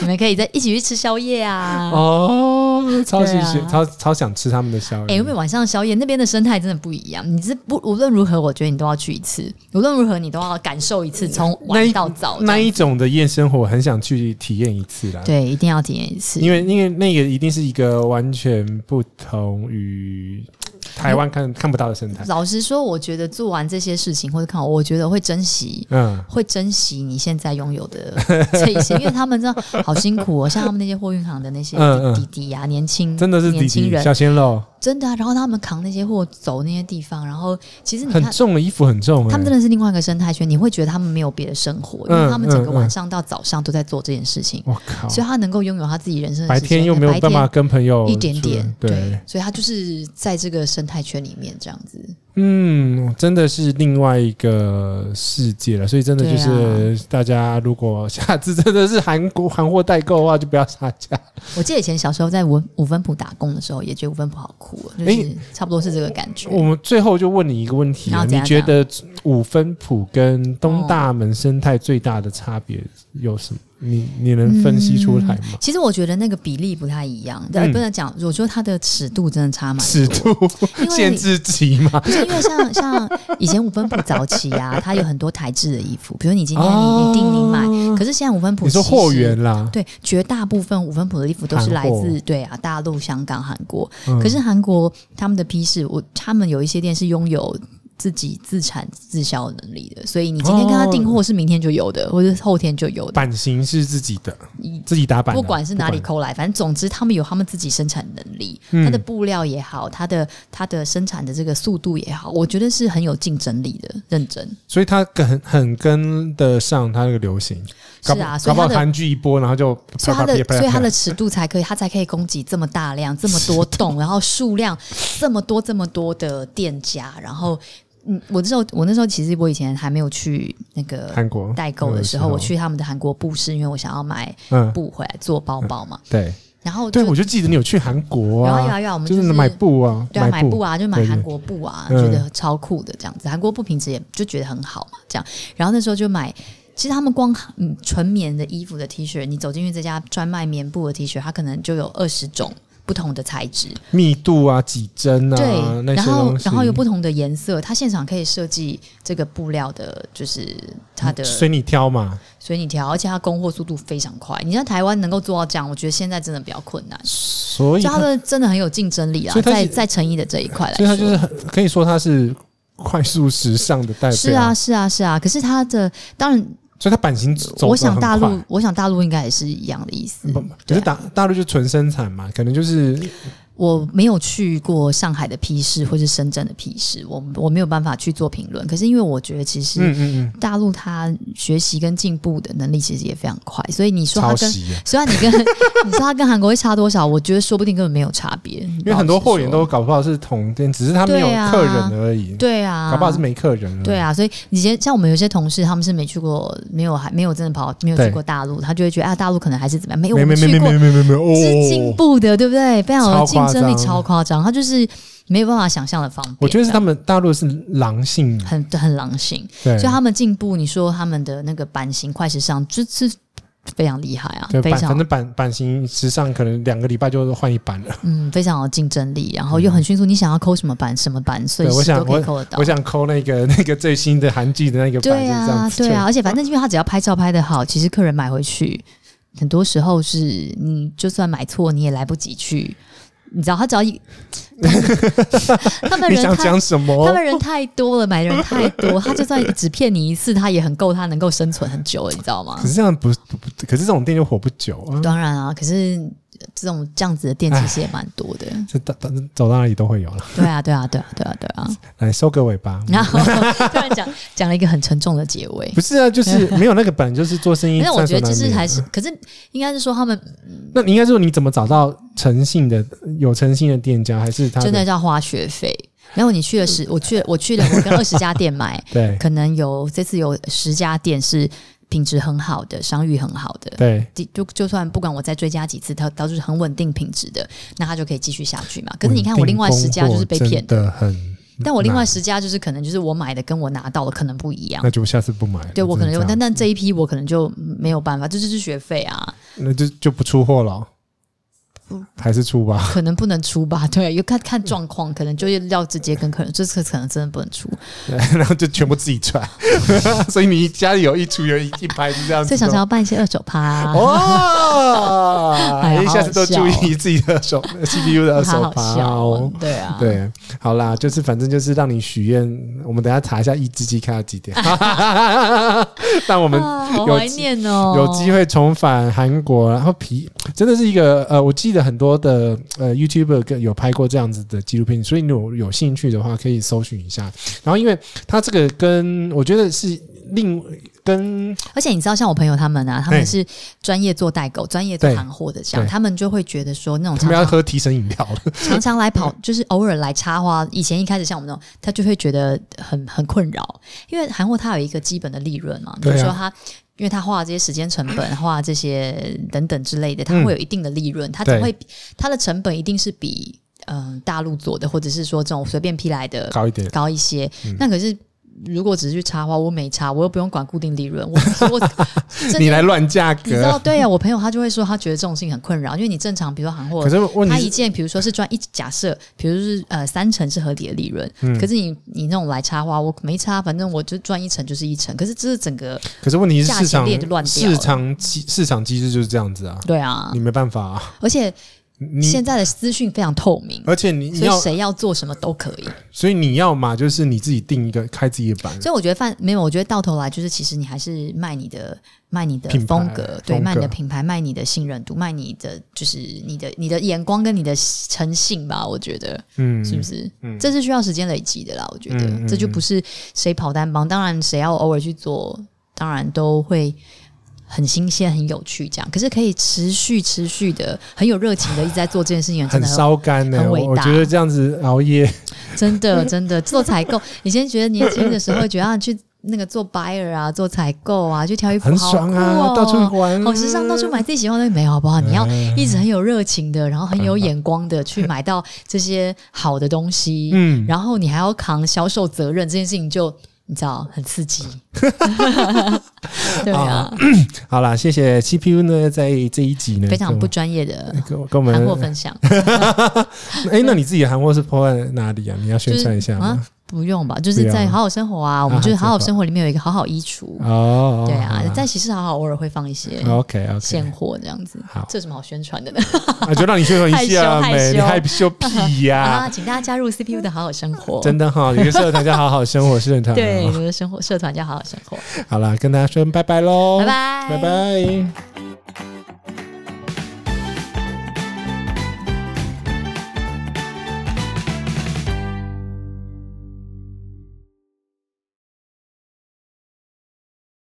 [SPEAKER 2] 你们可以在一起去吃宵夜啊。
[SPEAKER 1] 哦，超级
[SPEAKER 2] 对啊
[SPEAKER 1] 想、超超想吃他们的宵
[SPEAKER 2] 哎、
[SPEAKER 1] 夜。
[SPEAKER 2] 因为晚上宵夜那边的生态真的不一样，你是不无论如何，我觉得你都要去一次，无论如何你都要感受一次，从
[SPEAKER 1] 那
[SPEAKER 2] 晚
[SPEAKER 1] 一
[SPEAKER 2] 到早
[SPEAKER 1] 那
[SPEAKER 2] 这样
[SPEAKER 1] 一种的夜生活，很想去体验一次啦。，
[SPEAKER 2] 对，一定要体验一次。
[SPEAKER 1] 因为因为那个一定是一个完全不同于台湾看看不到的生态。
[SPEAKER 2] 老实说，我觉得做完这些事情或者看完，我觉得会珍惜。
[SPEAKER 1] 嗯，
[SPEAKER 2] 会珍惜你现在拥有 的这一些，因为他们真的好辛苦哦，像他们那些货运行的那些
[SPEAKER 1] 嗯嗯
[SPEAKER 2] 弟弟呀、年轻
[SPEAKER 1] 真的是弟
[SPEAKER 2] 年轻
[SPEAKER 1] 弟
[SPEAKER 2] 人，
[SPEAKER 1] 小鲜肉，
[SPEAKER 2] 真的啊。然后他们扛那些货走那些地方，然后其实你
[SPEAKER 1] 很
[SPEAKER 2] 看，
[SPEAKER 1] 重的衣服很重、欸。
[SPEAKER 2] 嗯他们真的是另外一个生态圈，你会觉得他们没有别的生活，因
[SPEAKER 1] 嗯
[SPEAKER 2] 为他们整个
[SPEAKER 1] 嗯
[SPEAKER 2] 晚
[SPEAKER 1] 嗯
[SPEAKER 2] 上到早上都在做这件事情，
[SPEAKER 1] 我靠，
[SPEAKER 2] 所以他能够拥有他自己人生的
[SPEAKER 1] 白
[SPEAKER 2] 时间
[SPEAKER 1] 天又没有
[SPEAKER 2] 白
[SPEAKER 1] 办法跟朋友
[SPEAKER 2] 一点
[SPEAKER 1] 出来
[SPEAKER 2] 点，
[SPEAKER 1] 对，
[SPEAKER 2] 对，所以他就是在这个生态圈里面这样子。
[SPEAKER 1] 嗯，真的是另外一个世界了，所以真的
[SPEAKER 2] 啊
[SPEAKER 1] 就是大家如果下次真的是韩国韩货代购的话，就不要杀价。
[SPEAKER 2] 我记得以前小时候在五五分埔打工的时候，也觉得五分埔好酷哦，就是差不多是这个感觉。
[SPEAKER 1] 我们最后就问你一个问题啊，
[SPEAKER 2] 好怎
[SPEAKER 1] 你
[SPEAKER 2] 样
[SPEAKER 1] 觉得五分埔跟东大门生态最大的差别有什么？你你能分析出来吗？
[SPEAKER 2] 其实我觉得那个比例不太一样，对，
[SPEAKER 1] 嗯
[SPEAKER 2] 不能讲，我觉得它的尺度真的差蛮
[SPEAKER 3] 尺
[SPEAKER 2] 多。
[SPEAKER 3] 度
[SPEAKER 2] 因为
[SPEAKER 3] 限制级嘛，
[SPEAKER 2] 不是因为像像以前五分埔早期啊，它有很多台制的衣服，比如你今天你你订你买，可是现在五分埔
[SPEAKER 1] 哦你说
[SPEAKER 2] 其实
[SPEAKER 1] 货源啦，
[SPEAKER 2] 对，绝大部分五分埔的衣服都是来
[SPEAKER 1] 韩嗯
[SPEAKER 2] 自对啊大陆、香港、韩国。可是韩国他们的批示，我他们有一些店是拥有。自己自产自销的能力的，所以你今天跟他订
[SPEAKER 1] 哦
[SPEAKER 2] 货是明天就有的，或者是后天就有的。
[SPEAKER 1] 版型是自己的，
[SPEAKER 2] 你
[SPEAKER 1] 自己打版的，
[SPEAKER 2] 不管是哪里抠来，反正总之他们有他们自己生产能力，
[SPEAKER 1] 嗯
[SPEAKER 2] 它的布料也好，它的它的生产的这个速度也好，我觉得是很有竞争力的。认真
[SPEAKER 1] 所以它很很跟得上它那个流行，
[SPEAKER 2] 是
[SPEAKER 1] 搞不
[SPEAKER 2] 啊，
[SPEAKER 1] 搞
[SPEAKER 2] 所以
[SPEAKER 1] 不好
[SPEAKER 2] 它的
[SPEAKER 1] 韩剧一播，然后就
[SPEAKER 2] 所
[SPEAKER 1] 啪啪
[SPEAKER 2] 以它
[SPEAKER 1] 啪
[SPEAKER 2] 的
[SPEAKER 1] 啪啪
[SPEAKER 2] 所以它的尺度才可以，它才可以供给这么大量、这么 多栋，然后数量这么多、这么多的店家，然后。嗯，我那时候我那时候其实我以前还没有去那个
[SPEAKER 1] 韩国
[SPEAKER 2] 代购的时候，我去他们的韩国布市，因为我想要买
[SPEAKER 1] 嗯
[SPEAKER 2] 布回来做包包嘛。
[SPEAKER 1] 对
[SPEAKER 2] 然后
[SPEAKER 1] 对，
[SPEAKER 2] 就
[SPEAKER 1] 我就记得你有去韩国啊，
[SPEAKER 2] 有啊有啊有啊，我们
[SPEAKER 1] 就是是买布啊，
[SPEAKER 2] 对啊，买布，啊，就买
[SPEAKER 1] 对对
[SPEAKER 2] 韩国布啊，
[SPEAKER 1] 嗯
[SPEAKER 2] 觉得超酷的这样子。韩国布品质也就觉得很好嘛，这样。然后那时候就买，其实他们光嗯纯棉的衣服的 T 恤，你走进去这家专卖棉布的 T 恤，它可能就有二十种。不同的材质，
[SPEAKER 1] 密度啊，几针啊，
[SPEAKER 2] 对，
[SPEAKER 1] 那
[SPEAKER 2] 然
[SPEAKER 1] 些
[SPEAKER 2] 后
[SPEAKER 1] 东西，
[SPEAKER 2] 然后有不同的颜色，它现场可以设计这个布料的，就是它的
[SPEAKER 1] 随你挑嘛，
[SPEAKER 2] 随你挑，而且它供货速度非常快。你像台湾能够做到这样，我觉得现在真的比较困难，
[SPEAKER 1] 所以
[SPEAKER 2] 就它
[SPEAKER 1] 它
[SPEAKER 2] 的真的很有竞争力啊
[SPEAKER 1] 所，以它
[SPEAKER 2] 在
[SPEAKER 1] 是
[SPEAKER 2] 在成衣的这一块来
[SPEAKER 1] 所
[SPEAKER 2] 说，
[SPEAKER 1] 以它就是很可以说它是快速时尚的代表，
[SPEAKER 2] 是啊，，是啊，是啊。可是它的当然，
[SPEAKER 1] 所以它版型走得
[SPEAKER 2] 我想
[SPEAKER 1] 很
[SPEAKER 2] 大
[SPEAKER 1] 快
[SPEAKER 2] 陆，我想大陆应该也是一样的意思。啊
[SPEAKER 1] 不可是大大陆就纯生产嘛，可能就是
[SPEAKER 2] 我没有去过上海的批示或是深圳的批示，我我没有办法去做评论。可是因为我觉得其实
[SPEAKER 1] 嗯嗯
[SPEAKER 2] 大陆它学习跟进步的能力其实也非常快，所以你
[SPEAKER 1] 嗯，
[SPEAKER 2] 说它
[SPEAKER 1] 抄
[SPEAKER 2] 跟
[SPEAKER 1] 袭啊，
[SPEAKER 2] 虽然你跟你说它跟韩国会差多少，我觉得说不定根本没有差别，因
[SPEAKER 1] 因为很多货源都搞不好是同店，只是他没有
[SPEAKER 2] 对啊
[SPEAKER 1] 客人而已，
[SPEAKER 2] 对啊，
[SPEAKER 1] 搞不好是没客人而已。
[SPEAKER 2] 对啊，所以以前像我们有些同事，他们是没去过，没有还没有真的跑，没有去
[SPEAKER 1] 对
[SPEAKER 2] 过大陆，他就会觉得啊，大陆可能还是怎么样，没有
[SPEAKER 1] 没
[SPEAKER 2] 我
[SPEAKER 1] 没
[SPEAKER 2] 们
[SPEAKER 1] 没
[SPEAKER 2] 去过
[SPEAKER 1] 没没没没没哦！
[SPEAKER 2] 是进步啊的，对不对？非常有
[SPEAKER 1] 超
[SPEAKER 2] 竞
[SPEAKER 1] 夸
[SPEAKER 2] 争力，
[SPEAKER 1] 张
[SPEAKER 2] 超夸张，他就是没有办法想象的方便。
[SPEAKER 1] 我觉得是他们大陆是狼性，
[SPEAKER 2] 很很狼性，
[SPEAKER 1] 对，
[SPEAKER 2] 所以他们进步，你说他们的那个版型、快时尚，就是非常厉害啊
[SPEAKER 1] 对，
[SPEAKER 2] 非
[SPEAKER 1] 版反
[SPEAKER 2] 常
[SPEAKER 1] 正版版型时尚可能两个礼拜就换一版了。
[SPEAKER 2] 嗯非常有竞争力，然后又很迅速，你想要抠什么版什么版，随
[SPEAKER 1] 嗯对我
[SPEAKER 2] 时
[SPEAKER 1] 想
[SPEAKER 2] 都可以抠得到
[SPEAKER 1] 我。想抠那个那个最新的韩剧的那个版，就
[SPEAKER 2] 对
[SPEAKER 1] 是这
[SPEAKER 2] 啊
[SPEAKER 1] 样，子。
[SPEAKER 2] 对啊，，而且反正因为他只要拍照拍的好，其实客人买回去，很多时候是你就算买错，你也来不及去。你知道，他只要 一他们
[SPEAKER 1] 你
[SPEAKER 2] 人
[SPEAKER 1] 想
[SPEAKER 2] 太
[SPEAKER 1] 讲什
[SPEAKER 2] 他
[SPEAKER 1] 么？
[SPEAKER 2] 们人太多了，买的人太 多，他就算只骗你一次，他也很够，他能够生存很久了，你知道吗
[SPEAKER 1] 可？是这样不不不，可是这种店就活不久啊。
[SPEAKER 2] 当然啊，可是这种这样子的店其实也蛮多的。
[SPEAKER 1] 这到到走到哪里都会有了。
[SPEAKER 2] 对啊，对啊，对啊，对啊，对啊。
[SPEAKER 1] 来收个尾 吧。
[SPEAKER 2] 然后突然讲讲了一个很沉重的结尾，
[SPEAKER 1] 不是啊，就是没有那个本，就是做 生意。
[SPEAKER 2] 但是我觉得
[SPEAKER 1] 在所
[SPEAKER 2] 就
[SPEAKER 1] 难
[SPEAKER 2] 是
[SPEAKER 1] 免
[SPEAKER 2] 还是，可是应该是说他们
[SPEAKER 1] 那你应该说你怎么找到诚信的有诚信的嗯店家，还是他
[SPEAKER 2] 真的要花学费。然后你去了十，我去了，我去了，我跟二十家店买，
[SPEAKER 1] 对
[SPEAKER 2] 可能有这次有十家店是品质很好的，商誉很好的。
[SPEAKER 1] 对
[SPEAKER 2] 就就就算不管我再追加几次，它它就是很稳定品质的，那它就可以继续下去嘛。可是你看我另外十家就是被骗的，
[SPEAKER 1] 的，真的很。
[SPEAKER 2] 但我另外十家就是可能就是我买的跟我拿到的可能不一样
[SPEAKER 1] 那。就下次不买了。
[SPEAKER 2] 对我可能
[SPEAKER 1] 就
[SPEAKER 2] 有，但但这一批我可能就没有办法，这就是学费啊，
[SPEAKER 1] 那就就不出货了哦，还是出吧。
[SPEAKER 2] 可能不能出吧？对，又看看状况，可能就要直接跟客人，这次可能真的不能出。
[SPEAKER 1] 然后就全部自己穿， 所以你家里有一出有一一排是这样子的吗。
[SPEAKER 2] 所以想想要办一些二手趴、啊，
[SPEAKER 1] 哦，
[SPEAKER 2] 哎呀好好
[SPEAKER 1] 下次都注意自己的手哎 CPU 的二
[SPEAKER 2] 好
[SPEAKER 1] 手
[SPEAKER 2] 好
[SPEAKER 1] 把
[SPEAKER 2] 笑
[SPEAKER 1] 哦
[SPEAKER 2] 哦。，对啊，
[SPEAKER 1] 对，好啦，就是反正就是让你许愿，我们等一下查一下一只鸡开到 几点， 让我们
[SPEAKER 2] 啊，好
[SPEAKER 1] 有
[SPEAKER 2] 怀念哦，
[SPEAKER 1] 有机会重返韩国，然后皮真的是一个呃，我记得很多的呃 YouTuber 跟有拍过这样子的纪录片，所以你有有兴趣的话可以搜寻一下。然后因为它这个跟我觉得是另跟
[SPEAKER 2] 而且你知道，像我朋友他们啊，他
[SPEAKER 1] 嘿
[SPEAKER 2] 们是专业做代购、专业做
[SPEAKER 1] 对
[SPEAKER 2] 行货的，这样
[SPEAKER 1] 对
[SPEAKER 2] 他们就会觉得说，那种
[SPEAKER 1] 他
[SPEAKER 2] 常
[SPEAKER 1] 们要
[SPEAKER 2] 常
[SPEAKER 1] 喝提神饮料了，
[SPEAKER 2] 常常来跑，就是偶尔来插花。以前一开始像我们那种，他就会觉得很很困扰，因为韩货它有一个基本的利润嘛，比
[SPEAKER 1] 对啊
[SPEAKER 2] 如说它。因为他花了这些时间成本，花这些等等之类的，他
[SPEAKER 1] 嗯
[SPEAKER 2] 会有一定的利润，他
[SPEAKER 1] 对
[SPEAKER 2] 总会他的成本一定是比嗯、呃大陆做的，或者是说这种随便批来的
[SPEAKER 1] 高一点。
[SPEAKER 2] 高一些。那可是如果只是去插花，我没插，我又不用管固定利润，我 我 真的
[SPEAKER 1] 你来乱价
[SPEAKER 2] 你知道，
[SPEAKER 1] 格。
[SPEAKER 2] 对呀、啊我朋友他就会说，他觉得这种事情很困扰，因为你正常，比如说行货
[SPEAKER 1] 可，是问
[SPEAKER 2] 他
[SPEAKER 1] 题
[SPEAKER 2] 一
[SPEAKER 1] 是，
[SPEAKER 2] 件，比如说是赚一，假设，比如是呃三成是合理的利润，
[SPEAKER 1] 嗯
[SPEAKER 2] 可是你你那种来插花，我没插，反正我就赚一成就是一成，可是这是整个
[SPEAKER 1] 可是问题是
[SPEAKER 2] 价
[SPEAKER 1] 市
[SPEAKER 2] 钱链就乱
[SPEAKER 1] 场
[SPEAKER 2] 掉了
[SPEAKER 1] 市场机市场机制就是这样子啊，
[SPEAKER 2] 对啊
[SPEAKER 1] 你，没办法啊。
[SPEAKER 2] 而且
[SPEAKER 1] 你
[SPEAKER 2] 现在的资讯非常透明，
[SPEAKER 1] 而且你
[SPEAKER 2] 所
[SPEAKER 1] 要
[SPEAKER 2] 以，谁要做什么都可以。
[SPEAKER 1] 所以你要嘛就是你自己定一个开自己的版，
[SPEAKER 2] 所以我觉得范没有，我觉得到头来就是，其实你还是卖你的卖你的
[SPEAKER 1] 品牌
[SPEAKER 2] 风格，
[SPEAKER 1] 风
[SPEAKER 2] 对，
[SPEAKER 1] 格
[SPEAKER 2] 卖你的品牌，卖你的信任度，卖你的就是你的你的眼光跟你的诚信吧。我觉得
[SPEAKER 1] 嗯，
[SPEAKER 2] 是不是？
[SPEAKER 1] 嗯
[SPEAKER 2] 这是需要时间累积的啦。我觉得、
[SPEAKER 1] 嗯嗯
[SPEAKER 2] 这就不是谁跑单帮，当然谁要偶尔去做，当然都会。很新鲜，很有趣，这样。可是可以持续、持续的，很有热情的一直在做这件事情，真
[SPEAKER 1] 很
[SPEAKER 2] 的
[SPEAKER 1] 烧干呢、
[SPEAKER 2] 很伟
[SPEAKER 1] 我我
[SPEAKER 2] 大
[SPEAKER 1] 觉得这样子熬 夜，
[SPEAKER 2] 真的，真的做采购，以前觉得年轻的时候，觉得啊去那个做 buyer 啊，做采购啊，去挑衣服，
[SPEAKER 1] 很爽啊，
[SPEAKER 2] 好酷哦、
[SPEAKER 1] 到处玩，
[SPEAKER 2] 好时尚，到处买自己喜欢的东西，没有好不好？你要
[SPEAKER 1] 嗯
[SPEAKER 2] 一直很有热情的，然后很有眼光的去买到这些好的东西，
[SPEAKER 1] 嗯
[SPEAKER 2] 然后你还要扛销售责任，这件事情就你知道很刺激，对啊，
[SPEAKER 1] 好啦，谢谢 CPU 呢，在这一集呢，
[SPEAKER 2] 非常
[SPEAKER 1] 跟
[SPEAKER 2] 不
[SPEAKER 1] 我
[SPEAKER 2] 专业的
[SPEAKER 1] 跟我跟我
[SPEAKER 2] 韩货
[SPEAKER 1] 们，
[SPEAKER 2] 分享，
[SPEAKER 1] 哎、那你自己的韩货是抛在哪里啊？你要宣传一下吗？
[SPEAKER 2] 啊，不用吧，就是
[SPEAKER 1] 不
[SPEAKER 2] 在
[SPEAKER 1] 用
[SPEAKER 2] 好好生活啊，我们
[SPEAKER 1] 啊
[SPEAKER 2] 就是好
[SPEAKER 1] 好
[SPEAKER 2] 好
[SPEAKER 1] 生活
[SPEAKER 2] 生活里面有一个好好衣橱，
[SPEAKER 1] 哦，
[SPEAKER 2] 对啊，在喜事好好偶尔会放一些
[SPEAKER 1] OK OK，
[SPEAKER 2] 现货这样子。
[SPEAKER 1] 好
[SPEAKER 2] 这有什么好宣传的呢？
[SPEAKER 1] 啊，就让你宣传一下
[SPEAKER 2] 害羞
[SPEAKER 1] 美，
[SPEAKER 2] 害羞
[SPEAKER 1] 你害羞屁呀、
[SPEAKER 2] 啊，请大家加入 CPU 的好好生 活，
[SPEAKER 1] 真的哈、有一个社团叫“好好生活”社团、
[SPEAKER 2] 对，
[SPEAKER 1] 哦。
[SPEAKER 2] 你们的生活社团叫好好生活，
[SPEAKER 1] 好啦，跟大家说拜拜喽，
[SPEAKER 2] 拜拜，
[SPEAKER 1] 拜拜